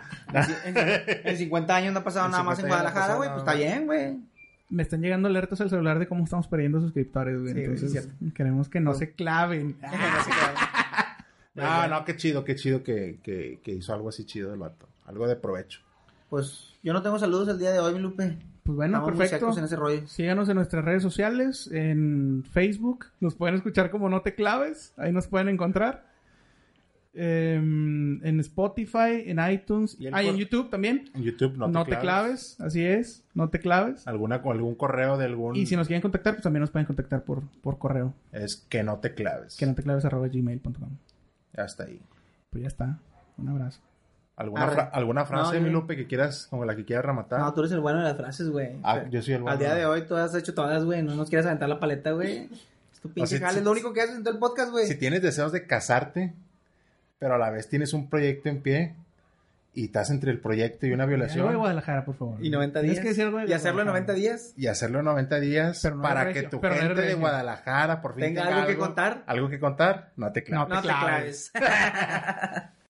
Speaker 4: En, en 50 años no ha pasado
Speaker 5: En
Speaker 4: nada más en
Speaker 5: 50 años no
Speaker 4: Guadalajara,
Speaker 5: ha pasado
Speaker 4: güey, pues
Speaker 5: nada
Speaker 4: está bien, güey.
Speaker 3: Me están llegando alertas al celular de cómo estamos perdiendo suscriptores, güey.
Speaker 4: Sí, güey,
Speaker 3: Entonces,
Speaker 4: es cierto. Pues,
Speaker 3: queremos que no se claven.
Speaker 4: Ah.
Speaker 5: No, no, qué chido, qué chido que, que, que hizo algo así chido el vato. Algo de provecho.
Speaker 4: Pues yo no tengo saludos el día de hoy, mi Lupe.
Speaker 3: Pues bueno,
Speaker 4: Estamos muy
Speaker 3: perfecto.
Speaker 4: secos en ese rollo.
Speaker 3: Síganos en nuestras redes sociales, en Facebook. Nos pueden escuchar como No Te Claves. Ahí nos pueden encontrar. Em, en Spotify, en iTunes.
Speaker 5: Y el
Speaker 3: Ah, y en
Speaker 5: cor-
Speaker 3: YouTube también.
Speaker 5: En YouTube
Speaker 3: No,
Speaker 5: no,
Speaker 3: te, claves. Así es. No te claves.
Speaker 5: Alguna, con algún correo de algún...
Speaker 3: Y si nos quieren contactar, pues también nos pueden contactar por, por correo.
Speaker 5: Es que no te claves.
Speaker 3: Que no te claves arroba gmail.com.
Speaker 5: Hasta ahí.
Speaker 3: Pues ya está. Un abrazo.
Speaker 5: ¿Alguna,
Speaker 4: Arre.
Speaker 5: fra- alguna frase,
Speaker 4: No,
Speaker 5: mi
Speaker 4: yo-
Speaker 5: Lupe, que quieras, como la que quieras rematar?
Speaker 4: No, tú eres el bueno de las frases, güey.
Speaker 5: Ah, yo soy el bueno.
Speaker 4: Al día de hoy tú has hecho todas, güey. No nos quieres aventar la paleta, güey. Es tu pinche
Speaker 5: O sea,
Speaker 4: jale.
Speaker 5: si-
Speaker 4: lo único que haces en todo el podcast, güey.
Speaker 5: Si tienes deseos de casarte, pero a la vez tienes un proyecto en pie y estás entre el proyecto y una violación...
Speaker 3: Algo de Guadalajara, por favor.
Speaker 4: y 90 días.
Speaker 3: Tienes que decir algo de
Speaker 4: y hacerlo en
Speaker 3: Guadalajara.
Speaker 4: 90 días.
Speaker 5: y hacerlo en 90 días
Speaker 3: Pero no
Speaker 5: para
Speaker 3: eres
Speaker 5: que
Speaker 3: regio,
Speaker 5: tu
Speaker 3: pero no
Speaker 5: gente
Speaker 3: eres
Speaker 5: de
Speaker 3: regio.
Speaker 5: Guadalajara por fin
Speaker 4: Tenga
Speaker 5: tenga,
Speaker 4: algo que contar.
Speaker 5: Algo que contar, no te claves.
Speaker 4: No te
Speaker 3: claves.
Speaker 4: claves.